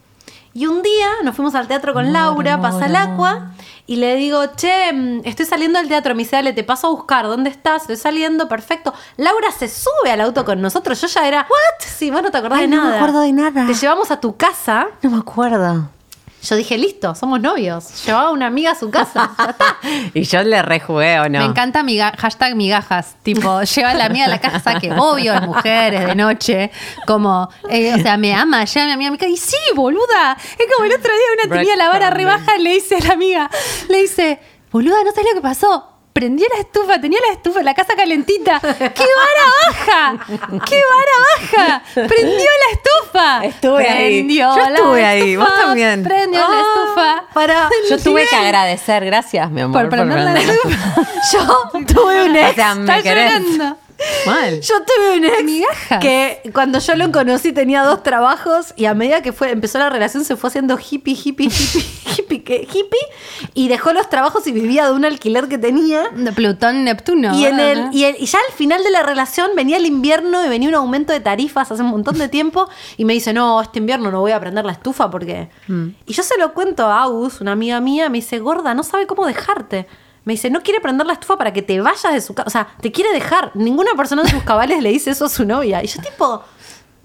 Y un día nos fuimos al teatro con Laura, pasa el agua, y le digo, che, mm, estoy saliendo del teatro, me dice, dale, te paso a buscar, ¿dónde estás? Estoy saliendo, perfecto. Laura se sube al auto con nosotros, yo ya era, ¿what? Sí, vos no te acordás Ay, de no me nada. acuerdo de nada. Te llevamos a tu casa. No me acuerdo. Yo dije, listo, somos novios. Llevaba a una amiga a su casa. Ya está. Y yo le rejugué o no. Me encanta miga hashtag migajas, tipo, lleva a la amiga a la casa, que obvio es mujer, es de noche, como, eh, o sea, me ama, lleva a mi amiga a mi casa, y sí, boluda, es como el otro día una tenía la vara rebaja, le dice a la amiga, le dice, boluda, ¿no sabes lo que pasó? Prendí la estufa, tenía la estufa, la casa calentita. ¡Qué vara baja! ¡Qué vara baja! ¡Prendió la estufa! Estuve ahí. Prendió Yo la estuve ahí, estufa, vos también. Ah, Prendió la estufa. Para. Yo tuve que agradecer, gracias, mi amor. Por prender la prender. estufa. Yo tuve un O ex. sea, me Está querés. llorando. Mal. Yo tuve un ex Migajas. que cuando yo lo conocí tenía dos trabajos y a medida que fue, empezó la relación se fue haciendo hippie, hippie, hippie, hippie, que- hippie y dejó los trabajos y vivía de un alquiler que tenía. De Plutón Neptuno. y, en ¿verdad? el, y, el- y ya al final de la relación venía el invierno y venía un aumento de tarifas hace un montón de tiempo y me dice, no, este invierno no voy a prender la estufa porque... Y yo se lo cuento a Agus, una amiga mía, me dice, gorda, no sabe cómo dejarte. Me dice, no quiere prender la estufa para que te vayas de su casa. O sea, te quiere dejar. Ninguna persona en sus cabales le dice eso a su novia. Y yo tipo,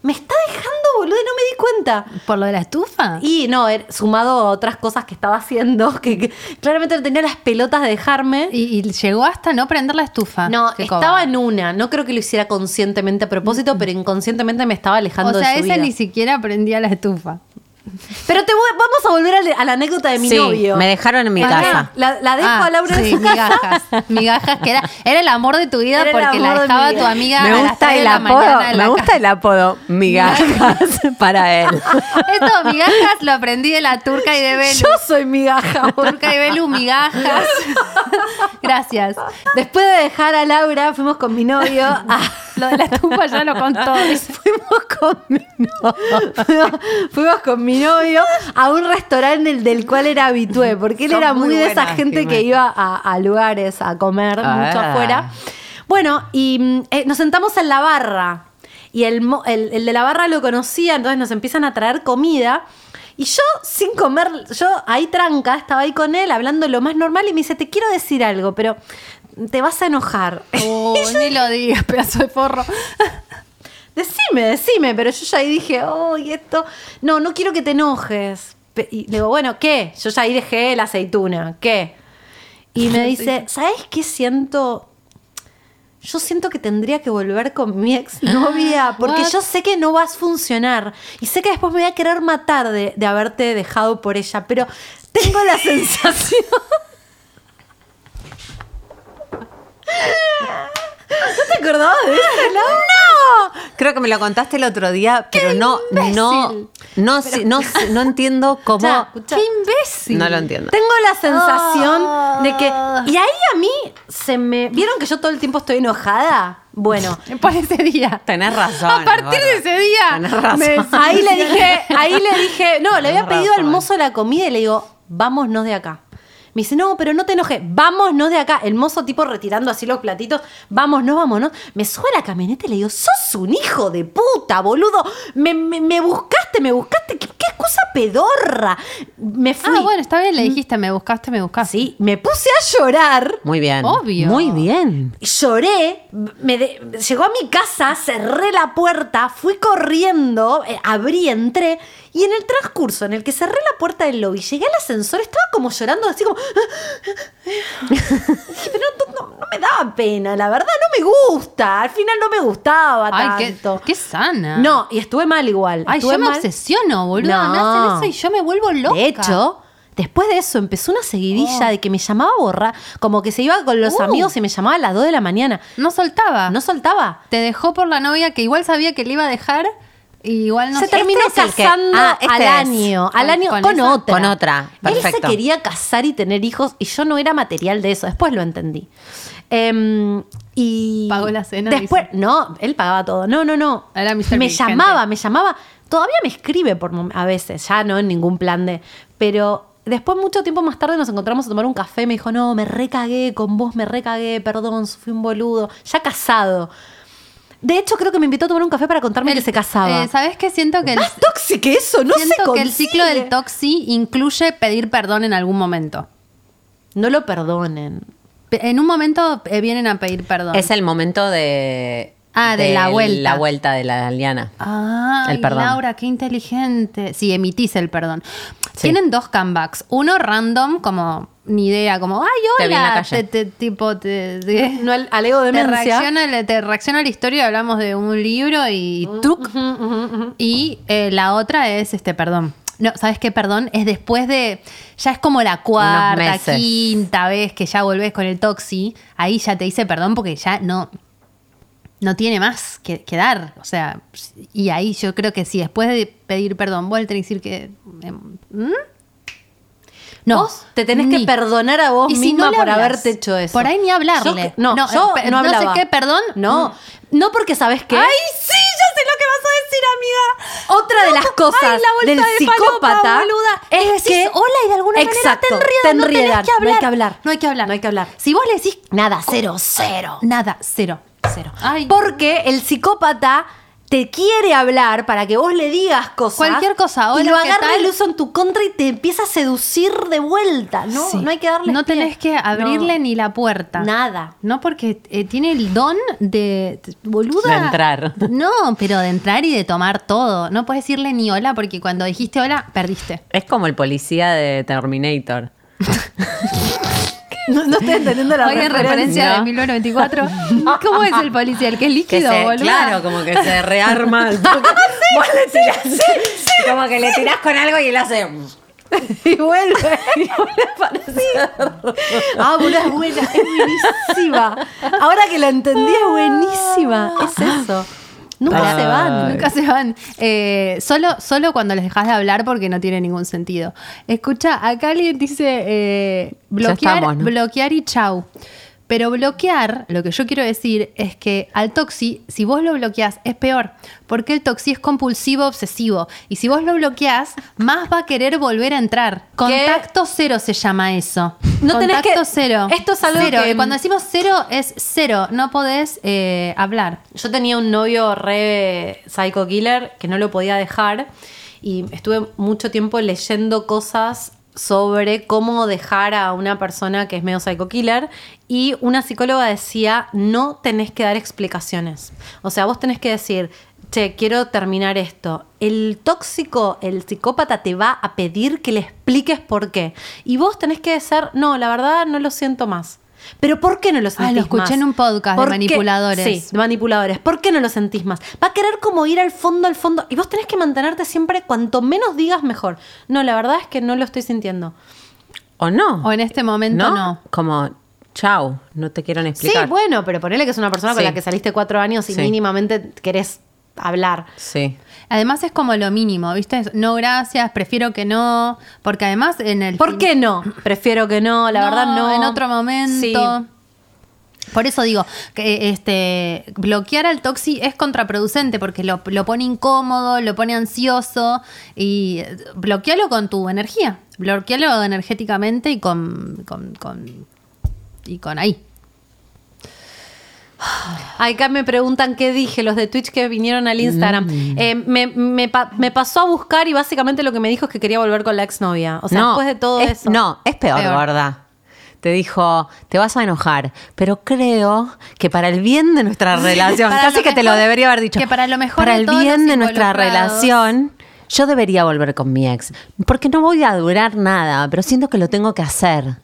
me está dejando, boludo, y no me di cuenta. ¿Por lo de la estufa? Y no, er- sumado a otras cosas que estaba haciendo, que, que claramente no tenía las pelotas de dejarme. Y, y llegó hasta no prender la estufa. No, Qué estaba cobarde. en una. No creo que lo hiciera conscientemente a propósito, pero inconscientemente me estaba alejando O sea, de su ese vida. ni siquiera prendía la estufa. Pero te voy- vamos a volver a, la- a la anécdota de mi sí, novio. me dejaron en mi Pará, casa. La, la dejo Ah, a Laura en sí, su casa. Migajas, migajas, que era, era el amor de tu vida Era el porque la amor de dejaba mi vida. tu amiga. me a las gusta tres de el la apodo, mañana en la me gusta el apodo migajas para él. casa. Esto, migajas, lo aprendí de la turca y de Belu. Yo soy migaja. boludo. Turca y Belu, migajas. Gracias. Después de dejar a Laura, fuimos con mi novio a, lo de la estufa ya lo contó. Fuimos con mi novio. Fuimos con mi novio a un restaurante del, del cual era habitué, porque él Son era muy muy, de esa buenas, gente que Jimena. iba a, a lugares a comer mucho Ah. afuera. Bueno, y mm, eh, nos sentamos en la barra. Y el, mo- el- el de la barra lo conocía, entonces nos empiezan a traer comida. Y yo, sin comer, yo ahí tranca, estaba ahí con él hablando lo más normal y me dice, te quiero decir algo, pero te vas a enojar. Oh, ni lo digas, pedazo de forro. Decime, decime, pero yo ya ahí dije, oh, y esto, no, no quiero que te enojes. Pe- Y le digo, bueno, ¿qué? Yo ya ahí dejé la aceituna, ¿qué? Y me dice, ¿sabes qué siento? Yo siento que tendría que volver con mi ex novia, porque yo sé que no vas a funcionar. Y sé que después me voy a querer matar de, de haberte dejado por ella, pero tengo la sensación. ¿No te acordabas de eso? ¡No! Creo que me lo contaste el otro día, pero no, no, no, si- no, si- no entiendo cómo. Ya, escuchá. ¡Qué imbécil! No lo entiendo. Tengo la sensación de que. Y ahí a mí se me. ¿Vieron que yo todo el tiempo estoy enojada? Bueno. Por ese día. Tenés razón. A partir de ese Tenés día. razón. Ahí le dije, ahí le dije, no, le había Tenés pedido al razón. mozo la comida y le digo, vámonos de acá. Me dice, no, pero no te enojes, vámonos de acá. El mozo tipo retirando así los platitos, vámonos, vámonos. Me sube a la camioneta y le digo, sos un hijo de puta, boludo. Me, me- me buscaste, me buscaste, ¿Qué, qué excusa pedorra. Me fui. Ah, bueno, está bien, le dijiste, me buscaste, me buscaste. Sí, me puse a llorar. Muy bien. Obvio. Muy bien. lloré, me de- llegó a mi casa, cerré la puerta, fui corriendo, eh, abrí, entré, y en el transcurso en el que cerré la puerta del lobby, llegué al ascensor, estaba como llorando, así como... Pero no, no- no me daba pena, la verdad, no me gusta, al final no me gustaba Ay, qué, tanto. qué sana. No, y estuve mal igual. Ay, estuve yo me mal. obsesiono, boludo. Me No. hacen eso y yo me vuelvo loca. Oh. De hecho, después de eso empezó una seguidilla de que me llamaba borra, como que se iba con los Uh. Ah. amigos y me llamaba a las 2 de la mañana. no soltaba. No soltaba. Te dejó por la novia que igual sabía que le iba a dejar y igual no se sé. terminó Este es el que- casando ah, este al es. año, al Con- año con, con esa- otra. con otra, Él se perfecto. quería casar y tener hijos y yo no era material de eso, después lo entendí. Em, y Pagó la cena, Después, dice. no, él pagaba todo. No, no, no. Era Mr. Me Big, llamaba, gente. me llamaba. Todavía me escribe por mom- a veces, ya no en ningún plan de, pero Después, mucho tiempo más tarde, nos encontramos a tomar un café. Me dijo, no, me recagué con vos, me recagué, perdón, fui un boludo. Ya casado. De hecho, creo que me invitó a tomar un café para contarme que se casaba. Eh, ¿Sabes qué? Siento que el, Más tóxico que eso, no siento se que el ciclo consigue. del toxi incluye pedir perdón en algún momento. No lo perdonen. Pe- En un momento eh, vienen a pedir perdón. Es el momento de. Ah, de la vuelta. La vuelta de la liana. Ah, El perdón. Laura, qué inteligente. Sí, emitís el perdón. Sí. Tienen dos comebacks. Uno random, como ni idea, como, ay, Te vi en la hola. calle. te- te- tipo, te, te- No al, al ego de te demencia. reacciona, la- te reacciona la historia, hablamos de un libro y truc. Y eh, la otra es este, perdón. No, ¿sabes qué? Perdón, es después de. Ya es como la cuarta, meses. quinta vez que ya volvés con el toxi. Ahí ya te dice perdón porque ya no. No tiene más que, que dar. O sea, y ahí yo creo que si después de pedir perdón, vos le tenés que decir que. em, ¿Mm? No. Vos te tenés que ni. perdonar a vos Y si misma no le por hablas, haberte hecho eso. por ahí ni hablarle. Yo- no, No, yo eh, no no sé hablaba. qué, perdón. Mm. No, no porque sabes qué. ¡Ay, sí! Ya sé lo que vas a decir, amiga. Otra de las cosas Ay, la del vuelta de psicópata falopa, boluda. es Le decís que- hola y de alguna Exacto, te manera te enriedan. enriedan, No, tenés no hay que que hablar. hablar. No hay que hablar. No hay que hablar. Si vos le decís Nada, cero, cero. nada, cero, cero. Ay, Porque el psicópata te quiere hablar para que vos le digas cosas. Cualquier cosa, Y lo hola, ¿qué agarra tal? el uso en tu contra y te empieza a seducir de vuelta. No, Sí. no hay que darle. No pie. tenés que abrirle No. ni la puerta. Nada. No, porque eh, tiene el don de. de- Boluda. De entrar. No, pero de entrar y de tomar todo. No puedes decirle ni hola porque cuando dijiste hola, perdiste. Es como el policía de Terminator. No, no estoy entendiendo la Hoy en referencia de 1994. ¿Cómo es el policía? El que Que es líquido, se- boluda. claro, como que se rearma. al toque. Vos le tirás- como que le tirás con algo y él hace. Y vuelve. ah, boludo, es buena, es buenísima. Ahora que la entendí, es buenísima. Es eso. Nunca Para- se van. Nunca se van. Eh, solo, solo cuando les dejas de hablar porque no tiene ningún sentido. Escucha, acá alguien dice eh, bloquear, estamos, ¿no? bloquear y chau. Pero bloquear, lo que yo quiero decir es que al toxi, si vos lo bloqueás, es peor, porque el toxi es compulsivo, obsesivo. Y si vos lo bloqueás, más va a querer volver a entrar. Contacto cero se llama eso. No tenés Contacto que- cero. esto es algo Cero. que- Cuando decimos cero, es cero. No podés eh, hablar. Yo tenía un novio re psycho killer que no lo podía dejar y estuve mucho tiempo leyendo cosas sobre cómo dejar a una persona que es medio psycho killer y una psicóloga decía, no tenés que dar explicaciones. O sea, vos tenés que decir, che, quiero terminar esto. El tóxico, el psicópata te va a pedir que le expliques por qué. Y vos tenés que ser, no, la verdad no lo siento más. Pero ¿por qué no Ah, lo sentís lo escuché más? en un podcast de ¿Por qué? manipuladores. Sí, de manipuladores. ¿Por qué no lo sentís más? Va a querer como ir al fondo, al fondo. Y vos tenés que mantenerte siempre, cuanto menos digas, mejor. No, la verdad es que no lo estoy sintiendo. ¿O no? O en este momento no. Como, chau, no te quiero ni explicar. Sí, bueno, pero ponele que es una persona con Sí. la que saliste cuatro años y Sí. mínimamente querés hablar. Sí. Además es como lo mínimo, ¿viste? Es, No, gracias, prefiero que no. Porque además en el... ¿Por qué no? Prefiero que no, la verdad no. En otro momento. Sí. Por eso digo, que eh, este, bloquear al toxi es contraproducente porque lo, lo pone incómodo, lo pone ansioso y eh, bloquealo con tu energía, bloquealo energéticamente y con, con, con- y con ahí. Acá me preguntan qué dije, los de Twitch que vinieron al Instagram. Eh, me, me pa- me pasó a buscar y básicamente lo que me dijo es que quería volver con la exnovia. O sea, no, después de todo es- eso. No, es peor, Peor. gorda. Te dijo, te vas a enojar, pero creo que para el bien de nuestra relación, para casi lo que te lo mejor- debería haber dicho. que para lo mejor Para de el todos bien los de nuestra involucrados. relación, yo debería volver con mi ex. Porque no voy a durar nada, pero siento que lo tengo que hacer.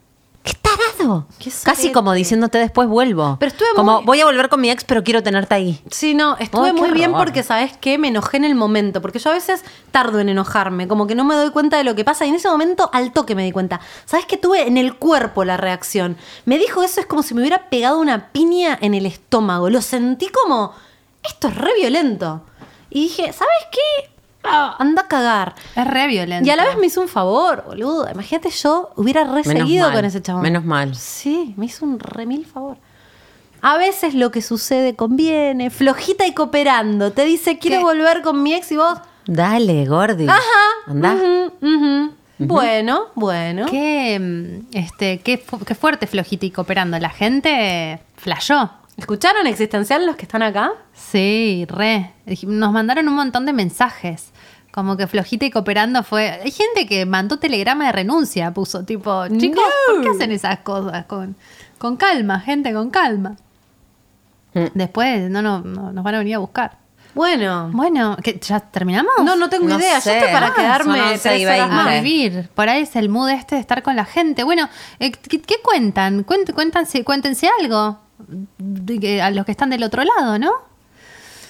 ¡Qué tarado! Qué casi sorete. como diciéndote después vuelvo. Pero estuve como muy- voy a volver con mi ex, pero quiero tenerte ahí. Sí, no, estuve Ay, qué muy bien horror. porque, ¿sabes qué? Me enojé en el momento, porque yo a veces tardo en enojarme, como que no me doy cuenta de lo que pasa y en ese momento al toque me di cuenta. ¿Sabes qué? Tuve en el cuerpo la reacción. Me dijo eso, es como si me hubiera pegado una piña en el estómago. Lo sentí como, esto es re violento. Y dije, ¿sabes qué? Ah, anda a cagar. Es re violento. Y a la vez me hizo un favor, boludo. Imagínate, yo hubiera reseguido mal, con ese chabón. menos mal. Sí, me hizo un remil favor. A veces lo que sucede conviene, flojita y cooperando. Te dice, quiero ¿Qué? volver con mi ex y vos. Dale, Gordi. Ajá. Andá. ujú, ujú. Bueno, bueno. Qué, mm, este, qué, fu- qué fuerte flojita y cooperando. La gente flayó. ¿Escucharon existencial los que están acá? Sí, re. Dij- Nos mandaron un montón de mensajes. Como que flojita y cooperando fue. Hay gente que mandó telegrama de renuncia, puso tipo, chicos, ¿por qué hacen esas cosas? Con, con calma, gente, con calma. Mm. Después no, no, no- nos van a venir a buscar. Bueno. Bueno, ¿qué, ¿ya terminamos? No, no tengo No idea. sé. Yo estoy para Ah, quedarme son once y tres horas veinte. más. a Vale. vivir. Por ahí es el mood este de estar con la gente. Bueno, eh, ¿qué, qué cuentan? Cuent- cuéntanse, cuéntense algo. De que- A los que están del otro lado, ¿no?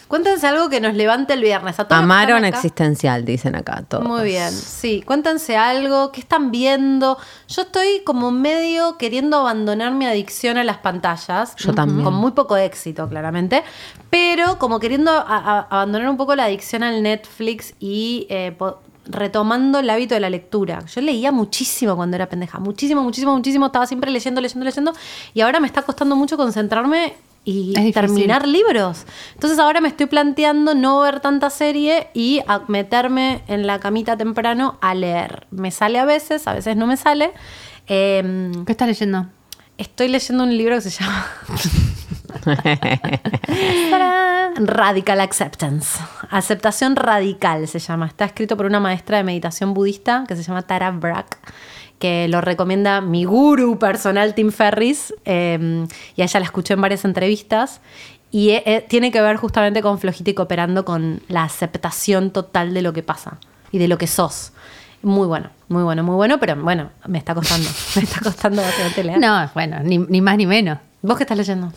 Cuéntense algo que nos levante el viernes. A todos los que Amaron están acá. existencial, dicen acá todos. Muy bien, sí. Cuéntense algo, ¿qué están viendo? Yo estoy como medio queriendo abandonar mi adicción a las pantallas. Yo también. Con muy poco éxito, claramente. Pero como queriendo a- a- abandonar un poco la adicción al Netflix y eh, po- retomando el hábito de la lectura. Yo leía muchísimo cuando era pendeja. Muchísimo, muchísimo, muchísimo. Estaba siempre leyendo, leyendo, leyendo. Y ahora me está costando mucho concentrarme y Es difícil. terminar libros. Entonces ahora me estoy planteando no ver tanta serie y a- meterme en la camita temprano a leer. Me sale a veces, a veces no me sale. Eh, ¿Qué estás leyendo? estoy leyendo un libro que se llama Radical Acceptance. Aceptación radical se llama. Está escrito por una maestra de meditación budista que se llama Tara Brack, que lo recomienda mi guru personal Tim Ferris. eh, y a ella la escuché en varias entrevistas. Y eh, eh, tiene que ver justamente con flojita y cooperando con la aceptación total de lo que pasa y de lo que sos. Muy bueno, muy bueno, muy bueno, pero bueno, me está costando. Me está costando bastante leer. No, bueno, ni, ni más ni menos. ¿Vos qué estás leyendo?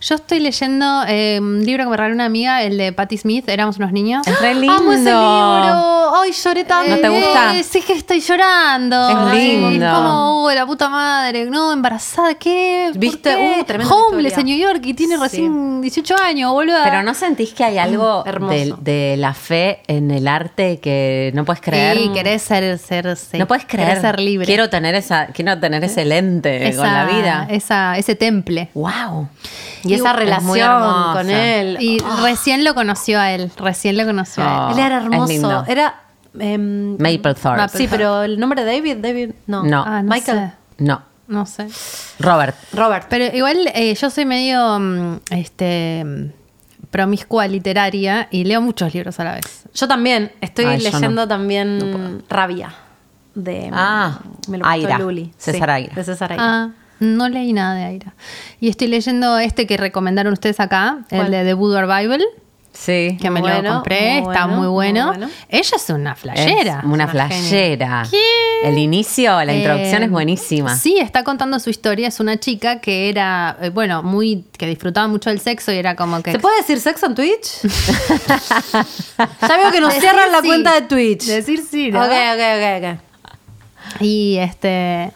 Yo estoy leyendo em, eh, un libro que me regaló una amiga, el de Patti Smith, Éramos unos niños. Es re lindo. ¡Amo ese libro! ay, lloré tanto. ¿No te gusta? Sí, que estoy llorando. Es Ay, lindo. Es como, "Uy, la puta madre, no, embarazada, ¿qué? ¿Por ¿Viste? qué? Uh, tremenda Homeless historia. en New York y tiene recién 18 años, boludo. Pero no sentís que hay algo de, hermoso. de la fe en el arte que no puedes creer. Sí, querés ser, ser, ser- no puedes querés creer. ser libre. Quiero tener esa, quiero tener ese lente esa, con la vida. Esa, ese temple. wow. Y, esa relación con él. Ah, Y recién lo conoció a él, recién lo conoció a él. él era es hermoso. lindo. Era. em, Maplethorpe. sí, pero el nombre de David, David, no. No. Ah, no Michael. sé. No. No sé. Robert. Robert. Pero igual eh, yo soy medio mm, este mm, promiscua literaria y leo muchos libros a la vez. Yo también estoy Ay, yo leyendo no. también Rabia de em, Ah, me lo prestó Aira, Luli. César Sí, Aira. De César Aira. Ah, no leí nada de Aira. Y estoy leyendo este que recomendaron ustedes acá, el ¿Cuál? de The Boudoir Bible, Sí. que Muy me bueno, lo compré, muy está bueno, muy bueno. muy bueno. Ella es una Es flayera. una Es flashera. genia. ¿Qué? El inicio, la introducción Eh, es buenísima. Sí, está contando su historia. Es una chica que era, eh, bueno, muy, que disfrutaba mucho del sexo y era como que. ¿Se puede decir sexo en Twitch? ya veo que nos cierran la sí. cuenta de Twitch. Decir sí, Ok, ¿no? ok, ok, ok. Y este.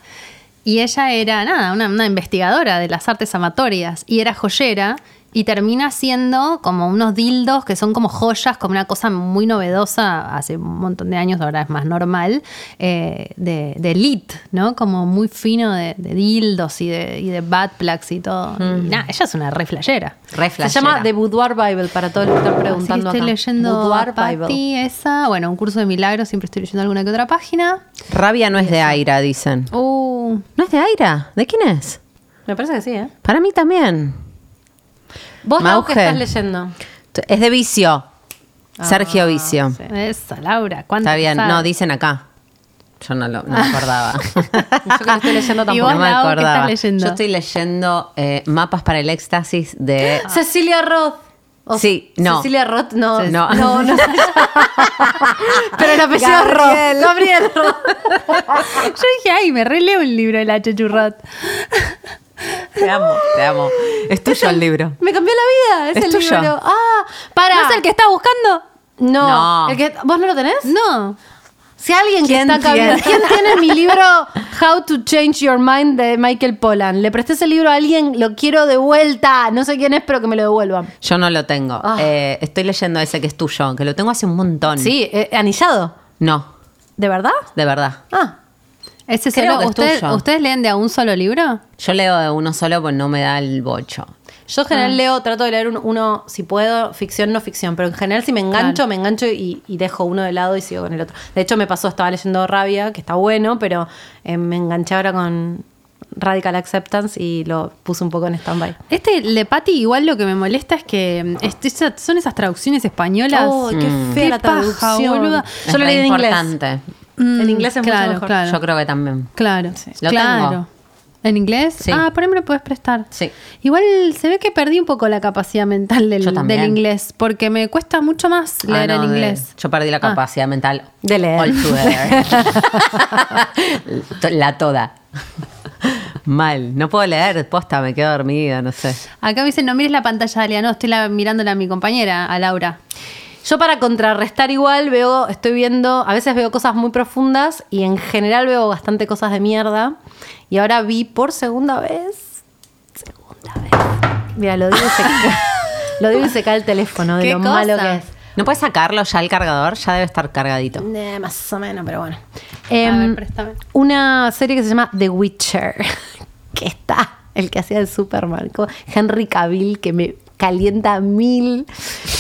Y ella era nada, una, una investigadora de las artes amatorias y era joyera y termina siendo como unos dildos que son como joyas, como una cosa muy novedosa hace un montón de años, ahora es más normal, eh, de, de elite, ¿no? Como muy fino de, de dildos y de, y de butt plugs y todo. Y nada, ella es una re flayera. Re Se llama flashera. The Boudoir Bible para todos los que están Así que preguntando estoy acá. leyendo Boudoir a Patty esa, bueno, un curso de milagros, siempre estoy leyendo alguna que otra página. Rabia no es de Aira, dicen. Uh, ¿No es de Aira? ¿De quién es? Me parece que sí, ¿eh? Para mí también. Vos, Lau, ¿qué Mauge. estás leyendo? T- Es de Vicio. Sergio Vicio. Eso, Laura, ¿cuánto Está bien. sabe? No, dicen acá. Yo no lo no me acordaba. Yo que lo estoy leyendo ¿Y tampoco. vos, no me Lau, qué estás acordaba. leyendo? Yo estoy leyendo eh, Mapas para el Éxtasis de... Ah. Cecilia Roth. O Sí, no. Cecilia Roth, no. Sí. No, no. Pero el apellido es Roth. Gabriel Roth. Yo dije, ay, me releo el libro de la Chechurrot. Te amo, te amo. Es tuyo el libro. Me cambió la vida. Es, Es el tuyo. libro. Ah, para. ¿No es el que está buscando? No. No. El que- ¿Vos no lo tenés? No. Si alguien que ¿Quién está acá tiene? viendo- ¿Quién tiene mi libro How to Change Your Mind de Michael Pollan? Le presté ese libro a alguien, lo quiero de vuelta. No sé quién es, pero que me lo devuelvan. Yo no lo tengo. Ah. Eh, estoy leyendo ese que es tuyo, que lo tengo hace un montón. Sí, eh, anillado. No, ¿De verdad? de verdad. Ah. Ese Creo solo, que es ¿ustedes, tuyo. ¿Ustedes leen de a un solo libro? Yo leo de uno solo porque no me da el bocho. Yo en Ah. general leo, trato de leer un- uno, si puedo, ficción, no ficción, pero en general si me engancho, me engancho y, y dejo uno de lado y sigo con el otro. De hecho me pasó, estaba leyendo Rabia, que está bueno, pero eh, me enganché ahora con Radical Acceptance y lo puse un poco en stand-by. Este de Patty, igual lo que me molesta es que mm, est- esa- son esas traducciones españolas. Oh, Ay, Oh, qué Mm. fea la paja, traducción. boluda. Yo lo re leí en inglés. importante. Mm, En inglés es mucho claro, mejor. Claro, Yo creo que también. Claro, Lo claro. tengo. ¿En inglés? Sí. Ah, por ahí me lo puedes prestar. Sí. Igual se ve que perdí un poco la capacidad mental del, Yo también. del inglés, porque me cuesta mucho más Ah, leer no, en de- inglés. yo perdí la capacidad mental. De leer. All together. la toda. Mal. No puedo leer, posta, me quedo dormida, no sé. Acá me dicen, no mires la pantalla, Dalia. No, estoy la- mirándola a mi compañera, a Laura. Yo para contrarrestar igual veo, estoy viendo, a veces veo cosas muy profundas y en general veo bastante cosas de mierda. Y ahora vi por segunda vez, segunda vez. Mira, lo digo y se, lo digo y se cae el teléfono de ¿Qué lo cosa? malo que es. ¿No puedes sacarlo ya el cargador? Ya debe estar cargadito. Eh, más o menos, pero bueno. A Em, ver, préstame. una serie que se llama The Witcher, que está el que hacía de Superman, como Henry Cavill, que me calienta mil.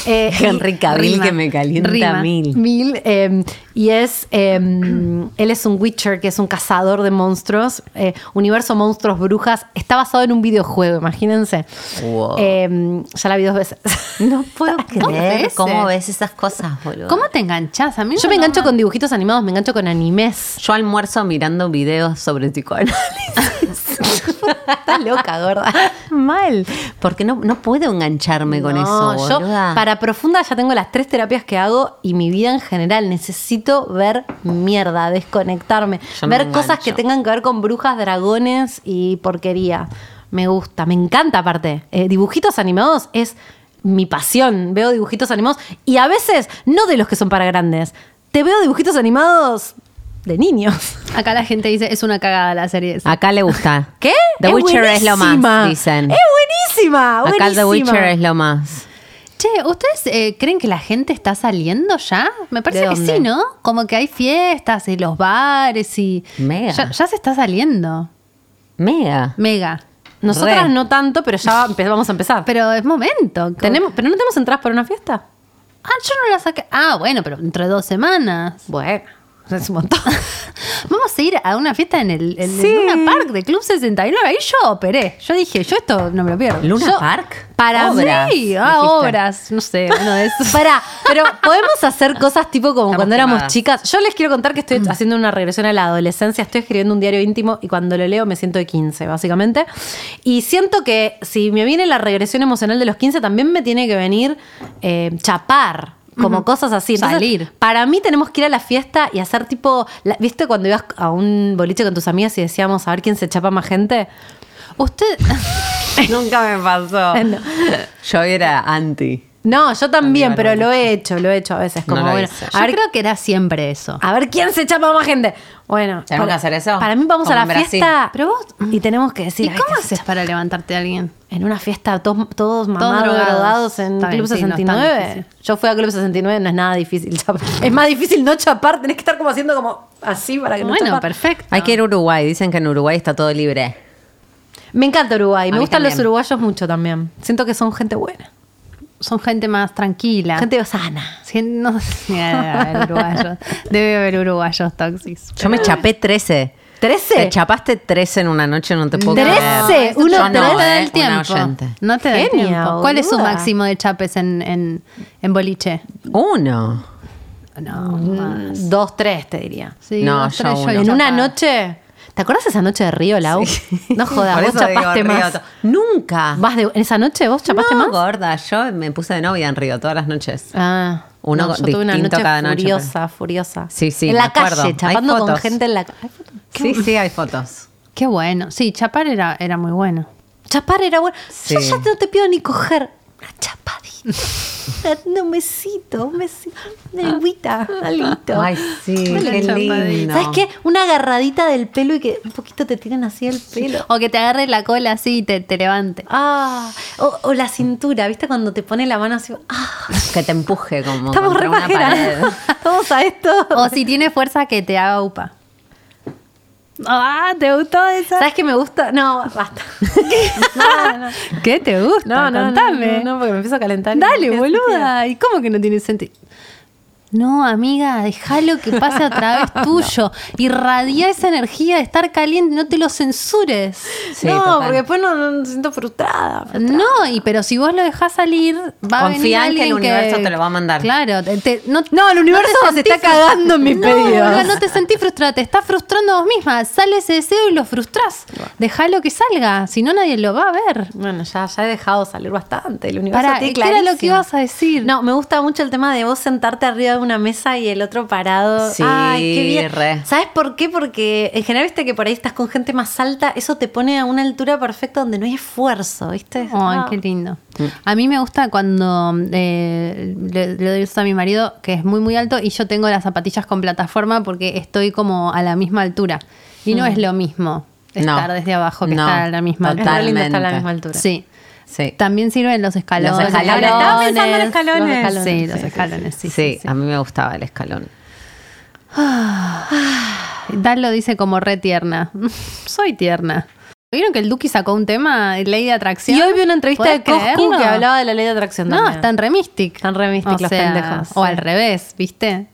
Eh, y- Henry Cavill rima, que me calienta rima. mil. Mil. eh, y es. eh, él es un Witcher, que es un cazador de monstruos. eh, universo monstruos, brujas. Está basado en un videojuego, imagínense. Wow. Eh, ya la vi dos veces. No puedo creer ves? cómo ves esas cosas, boludo. ¿Cómo te enganchás? A mí Yo me engancho con dibujitos animados, me engancho con animes. Yo almuerzo mirando videos sobre psicoanálisis. Estás loca, gorda. Mal. Porque no, no puedo engancharme con No, eso, yo boluda. para profunda ya tengo las tres terapias que hago y mi vida en general. Necesito ver mierda, desconectarme, Yo no ver me cosas engancho. que tengan que ver con brujas, dragones y porquería. Me gusta, me encanta aparte. Eh, dibujitos animados es mi pasión. Veo dibujitos animados y a veces no de los que son para grandes. te veo dibujitos animados de niños. Acá la gente dice, es una cagada la serie. esa". Acá le gusta. ¿Qué? The Es Witcher es lo buenísima. más, dicen. Es buenísima, buenísima. Acá The Witcher es lo más. Che, ¿ustedes eh, creen que la gente está saliendo ya? Me parece ¿De que dónde? sí, ¿no? Como que hay fiestas y los bares y... Mega. Ya, ya se está saliendo. Mega. Mega. Nosotras Re. no tanto, pero ya empe- vamos a empezar. Pero es momento. ¿Tenemos, ¿Pero no tenemos entradas para una fiesta? Ah, yo no la saqué. Ah, bueno, pero entre dos semanas. Bueno, es un montón. Vamos a ir a una fiesta en el en, Sí. Luna Park de Club 69. Ahí yo operé. Yo dije, yo esto no me lo pierdo. ¿Luna Yo- Park? Para Obras, mí. Ah, dijiste. obras. No sé, uno de esos. Pará, pero podemos hacer cosas tipo como Estamos cuando éramos quemadas. chicas. Yo les quiero contar que estoy haciendo una regresión a la adolescencia, estoy escribiendo un diario íntimo y cuando lo leo me siento de 15, básicamente. Y siento que si me viene la regresión emocional de los 15, también me tiene que venir eh, chapar. Como cosas así. Salir. Para mí tenemos que ir a la fiesta y hacer tipo. la- ¿Viste cuando ibas a un boliche con tus amigas y decíamos a ver quién se chapa más gente? Usted. Nunca me pasó. Yo era anti. No, yo también, pero lo he hecho, lo he hecho a veces. Como lo bueno. hice. Yo A ver, creo que era siempre eso. A ver quién se chapa más gente. Bueno. ¿Tenemos que hacer eso? Para mí vamos Como a en la Brasil. fiesta. Pero vos. Y tenemos que decir. ¿Y "Ay, cómo qué se haces para levantarte a alguien? chapa". En una fiesta, todos, todos mamados, drogados, drogados. en Está bien, Club sí, no es tan 69. difícil. Yo fui a Club 69, no es nada difícil chapar. Es más difícil no chapar, tenés que estar como haciendo como así para que no Bueno, chapar. perfecto. Hay que ir a Uruguay. Dicen que en Uruguay está todo libre. Me encanta Uruguay, A me mí gustan los también. uruguayos mucho también. Siento que son gente buena, Son gente más tranquila. gente sana. Sí, no sé, debe haber uruguayos. Debe haber uruguayos tóxicos. Yo me chapé 13. ¿Trece? Te chapaste 13 en una noche, no te puedo ¿Trece? creer. Yo Uno, tres. no, te da eh, el una tiempo. oyente. No te da el Genia, tiempo. ¿Cuál es su boluda. máximo de chapes en, en, en boliche? Uno. No, más. Mm, Dos, tres, te diría. Sí, No, dos, yo tres, uno. he En una chapado. noche. ¿Te acuerdas esa noche de Río, Lau? No jodas, Por vos eso digo, chapaste Río, más. to- Nunca. ¿Vas de, ¿Esa noche vos chapaste no, más? gorda. Yo me puse de novia en Río todas las noches. Ah, Uno no, yo distinto tuve una noche cada noche, furiosa, furiosa. Sí, sí, En me la acuerdo. calle, Hay chapando con fotos. gente en la calle. Sí, sí, hay fotos. Qué bueno. Sí, chapar era, era muy bueno. Chapar era bueno. Yo Sí. ya no te pido ni coger. Una chapadita. Una- un besito, un besito. Una agüita, algo. Ay, sí, qué lindo. ¿Sabes qué? Una agarradita del pelo y que un poquito te tiran así el pelo. O que te agarre la cola así y te, te levante. Ah, o, o la cintura, ¿viste? Cuando te pone la mano así. Ah, Que te empuje como estamos contra re una pared. pajeras. Estamos a esto. O si tiene fuerza que te haga upa. Ah, ¿te gustó esa? ¿Sabes qué me gusta? No, basta. ¿Qué te gusta? Contame. No, porque me empiezo a calentar. Dale, boluda. ¿Y cómo que no tiene sentido? No, amiga, déjalo que pase a través tuyo. Irradia esa energía de estar caliente, no te lo censures. Sí, no, total. porque después no, no me siento frustrada. No, y pero si vos lo dejás salir, va a venir Confía en que el alguien universo te lo va a mandar. Claro, te- te- no, No, el universo te se sentís está cagando en mis no, pedidos. boluda, no te sentís frustrada, te estás frustrando vos misma. Sale ese deseo y lo frustrás. Déjalo que salga, si no nadie lo va a ver. Bueno, ya, ya he dejado salir bastante. El universo Para, tiene ¿qué era lo que clarísimo. ibas a decir? No, me gusta mucho el tema de vos sentarte arriba de una mesa y el otro parado. Sí, Ay, qué bien. re. ¿Sabes por qué? Porque en general, viste que por ahí estás con gente más alta, eso te pone a una altura perfecta donde no hay esfuerzo, ¿viste? Ay, Ah. qué lindo. A mí me gusta cuando eh, le, le doy eso a mi marido, que es muy, muy alto, y yo tengo las zapatillas con plataforma porque estoy como a la misma altura. Y Mm. no es lo mismo estar No. desde abajo que No, estar a la misma Es re total. altura. lindo estar a la Totalmente. misma altura. Sí. Sí. También sirven los escalones. Los escalones. Estaba pensando en escalones. Los escalones. Sí, Sí, los sí, escalones. Sí, Sí, sí, sí. a mí me gustaba el escalón. Dan lo dice como re tierna. Soy tierna. ¿Vieron que el Duki sacó un tema, ley de atracción? Y hoy vi una entrevista de ¿Podés Coscu creerlo? que hablaba de la ley de atracción. No, también. están re mystic. Están re mystic O los sea, pendejos, O sí. al revés, ¿viste?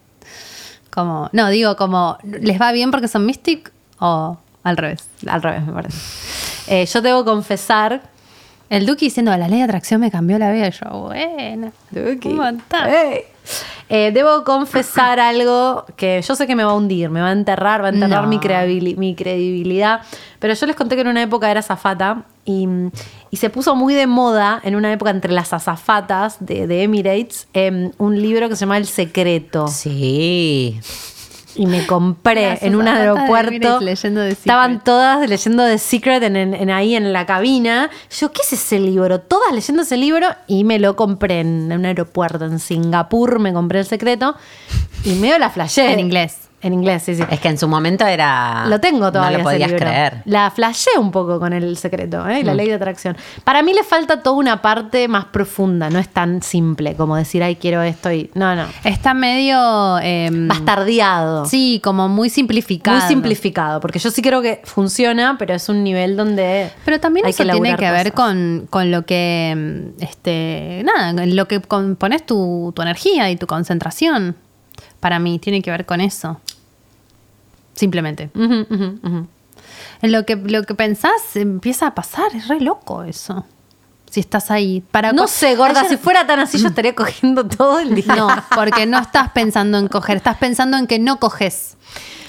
Como, no, digo, como, ¿les va bien porque son mystic o al revés? Al revés, me parece. Eh, yo debo confesar. El Duki diciendo, la ley de atracción me cambió la vida. Y Yo, bueno, un montón. Ey. Eh, debo confesar algo que yo sé que me va a hundir, me va a enterrar, va a enterrar No. mi, creabili- mi credibilidad. Pero yo les conté que en una época era azafata y, y se puso muy de moda en una época entre las azafatas de, de Emirates em, un libro que se llama El Oh. Secreto. Sí. Y me compré Las en un azafatas de aeropuerto. Emirates leyendo The Secret. estaban todas leyendo The Secret en, en- en ahí en la cabina. Yo, ¿qué es ese libro? Todas leyendo ese libro y me lo compré en, en un aeropuerto en Singapur, me compré el secreto. Y medio la flashé. En inglés. En inglés, sí, sí. Es que en su momento era. Lo tengo todavía. Ah, No lo ese podías libro. creer. Mm. La flashé un poco con el secreto, ¿eh? Y la ley de atracción. Para mí le falta toda una parte más profunda, no es tan simple como decir, ay, quiero esto y. No, no. Está medio. Mm. em, Bastardeado. Sí, como muy simplificado. Muy simplificado, porque yo sí creo que funciona, pero es un nivel donde. Pero también hay eso tiene laburar que ver cosas. con, con lo que, mm, este, nada, en lo que con- pones tu, tu energía y tu concentración. Para mí, tiene que ver con eso. Simplemente. Ujú, ujú, ujú. En lo que, lo que pensás empieza a pasar, es re loco eso. Si estás ahí. Para No co- sé, gorda, Ayer- Mm. si fuera tan así, yo estaría cogiendo todo el día. No, porque no estás pensando en coger, estás pensando en que no coges.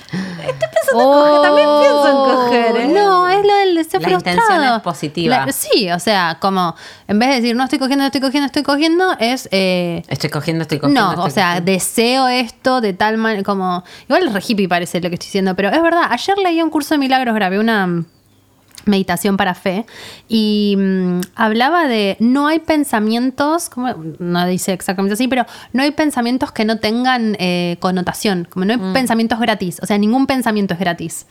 Estoy pensando en coger, también pienso en coger, ¿eh? Oh, No, es lo del deseo La frustrado. intención es positiva. La- sí, o sea, como en vez de decir no estoy cogiendo, no estoy cogiendo, estoy cogiendo, es eh, Estoy cogiendo, estoy cogiendo. no, estoy o sea, cogiendo. deseo esto de tal manera como. Igual es re hippie parece lo que estoy diciendo, pero es verdad. Ayer leí un curso de milagros, grabé una mm, meditación para fe y mm, hablaba de no hay pensamientos, como no dice exactamente así, pero no hay pensamientos que no tengan eh, connotación, como no hay pensamientos gratis, o sea, ningún pensamiento es gratis.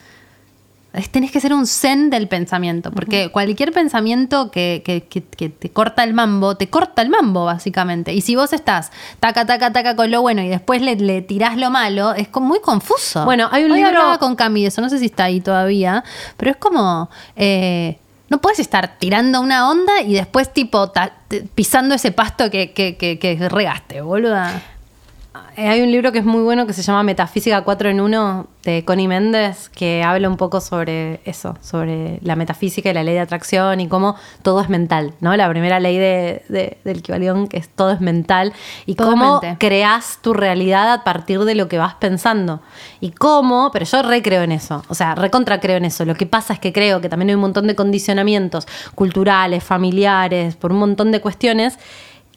Es- Tenés que ser un zen del pensamiento, porque cualquier pensamiento que, que- que- que te corta el mambo, te corta el mambo, básicamente. Y si vos estás taca, taca, taca con lo bueno y después le, le tirás lo malo, es co- muy confuso. Bueno, hay un Hoy libro- hablaba con Cami de eso, no sé si está ahí todavía, pero es como. eh, no puedes estar tirando una onda y después, tipo, ta- te- pisando ese pasto que, que, que- que regaste, boluda. Eh, Hay un libro que es muy bueno que se llama Metafísica 4 en 1 de Connie Méndez, que habla un poco sobre eso, sobre la metafísica y la ley de atracción y cómo todo es mental, ¿no? La primera ley de, de- del Kybalión que es todo es mental y Todo es cómo mente. creas tu realidad a partir de lo que vas pensando. Y cómo, pero yo recreo en eso, o sea, recontra creo en eso. Lo que pasa es que creo que también hay un montón de condicionamientos culturales, familiares, por un montón de cuestiones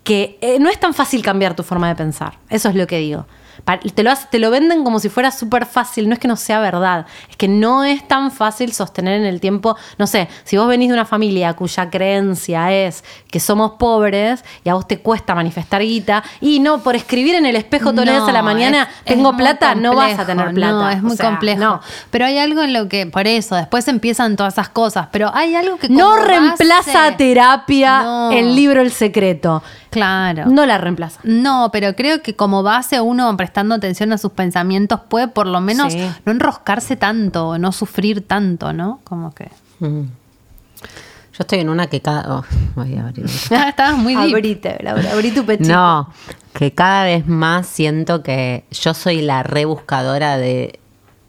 que eh, no es tan fácil cambiar tu forma de pensar. Eso es lo que digo. Pa- Te lo, hace- te lo venden como si fuera súper fácil, no es que no sea verdad, es que no es tan fácil sostener en el tiempo, no sé, si vos venís de una familia cuya creencia es que somos pobres y a vos te cuesta manifestar guita, y no, por escribir en el espejo todas las No, a la mañana, es- es tengo muy plata, no vas a complejo, tener plata. No, es O muy sea, complejo. No, Pero hay algo en lo que, por eso, después empiezan todas esas cosas, pero hay algo que... como No base- reemplaza a terapia No. el libro El Secreto. Claro. No la reemplaza. No, pero creo que como base uno prestando atención a sus pensamientos puede por lo menos Sí. no enroscarse tanto, no sufrir tanto, ¿no? Como que... Mm. Yo estoy en una que cada. oh, voy a abrir. Estabas muy deep. Abrite, Laura, abrí tu pechito. No, que cada vez más siento que yo soy la rebuscadora de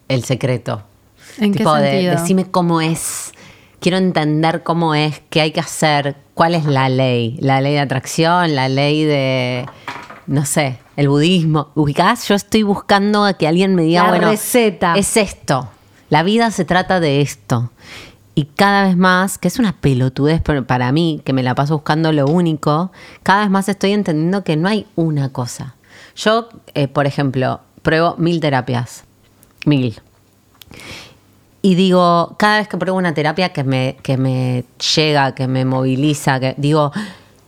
el secreto. ¿En qué tipo de sentido? decime cómo es. Quiero entender cómo es, qué hay que hacer, cuál es la ley, la ley de atracción, la ley de no sé, el budismo. Ubicás, yo estoy buscando a que alguien me diga, La bueno, receta. es esto. La vida se trata de esto. Y cada vez más, que es una pelotudez pero para mí, que me la paso buscando lo único, cada vez más estoy entendiendo que no hay una cosa. Yo, eh, por ejemplo, pruebo mil terapias. Mil. Y digo, cada vez que pruebo una terapia que me, que me llega, que me moviliza, que digo,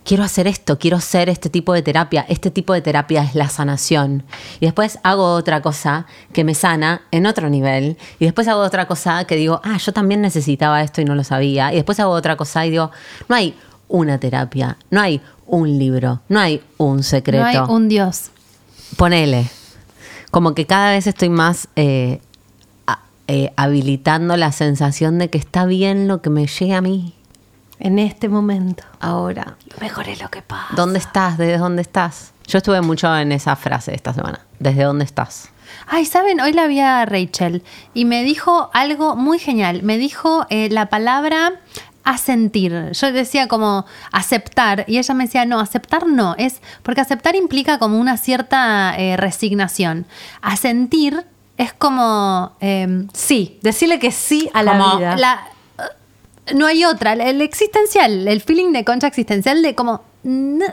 quiero hacer esto, quiero hacer este tipo de terapia, este tipo de terapia es la sanación. Y después hago otra cosa que me sana en otro nivel. Y después hago otra cosa que digo, ah, yo también necesitaba esto y no lo sabía. Y después hago otra cosa y digo, no hay una terapia, no hay un libro, no hay un secreto No hay un dios. ponele, como que cada vez estoy más eh, a- eh, habilitando la sensación de que está bien lo que me llega a mí En este momento. ahora. Mejor es lo que pasa. ¿Dónde estás? ¿Desde dónde estás? Yo estuve mucho en esa frase esta semana. ¿Desde dónde estás? Ay, ¿saben? Hoy la vi a Rachel y me dijo algo muy genial. Me dijo eh, la palabra asentir. Yo decía como aceptar y ella me decía, no, aceptar no, es porque aceptar implica como una cierta eh, resignación. Asentir es como... em, Sí, decirle que sí a la Como vida. la- no hay otra. El, el existencial, el feeling de concha existencial de como. "N-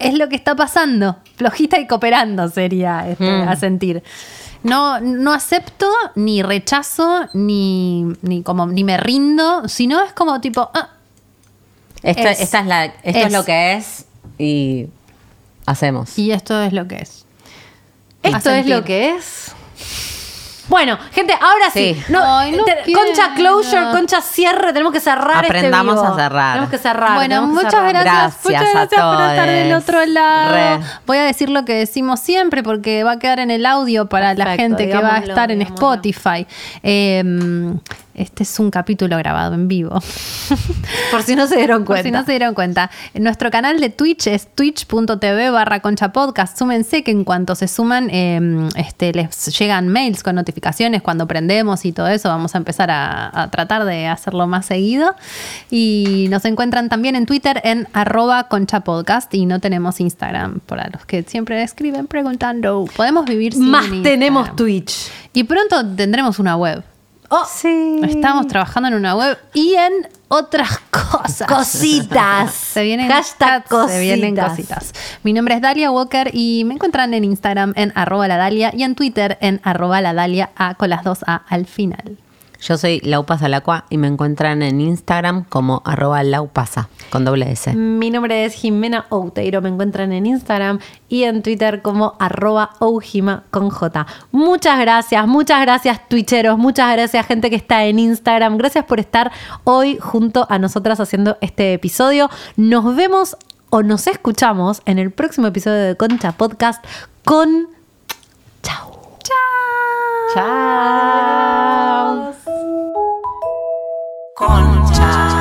es lo que está pasando. Flojita y cooperando sería este, Mm. a sentir. No, no acepto, ni rechazo, ni, ni como ni me rindo, sino es como tipo. "Ah, Esta Es. esta es la, esto es. Es. lo que es y hacemos. y esto es lo que es. A Esto es sentir. lo que es. Bueno, gente, ahora sí. Sí. No, Ay, no te- quiero. concha closure, concha cierre. Tenemos que cerrar Aprendamos este a vivo. cerrar. Tenemos que cerrar. Bueno, tenemos que muchas cerrar. gracias. Gracias muchas a gracias por estar del todes. otro lado. Re. Voy a decir lo que decimos siempre porque va a quedar en el audio para la Perfecto, gente que va a digámoslo, estar en digámoslo. Spotify. Eh, este es un capítulo grabado en vivo. Por si no se dieron Por cuenta. si no se dieron cuenta. Nuestro canal de Twitch es twitch.tv barra concha podcast. Súmense que en cuanto se suman, eh, este, les llegan mails con notificaciones cuando prendemos y todo eso. Vamos a empezar a, a tratar de hacerlo más seguido. Y nos encuentran también en Twitter en arroba concha podcast y no tenemos Instagram para los que siempre escriben preguntando. Podemos vivir sin Más tenemos Instagram? Twitch. Y pronto tendremos una web. Oh, Estamos trabajando en una web y en otras cosas. Cositas. Se vienen, Hashtag cositas. se vienen cositas. cositas. Mi nombre es Dalia Walker y me encuentran en Instagram en arroba la Dalia y en Twitter en arroba la Dalia A con las dos A al final. Yo soy Laupa Salacua y me encuentran en Instagram como arroba laupasa con doble S. Mi nombre es Jimena Outeiro, me encuentran en Instagram y en Twitter como arroba oujima con J. Muchas gracias, muchas gracias twitcheros, muchas gracias gente que está en Instagram, gracias por estar hoy junto a nosotras haciendo este episodio. Nos vemos o nos escuchamos en el próximo episodio de Concha Podcast con... Chao. Chao. Concha.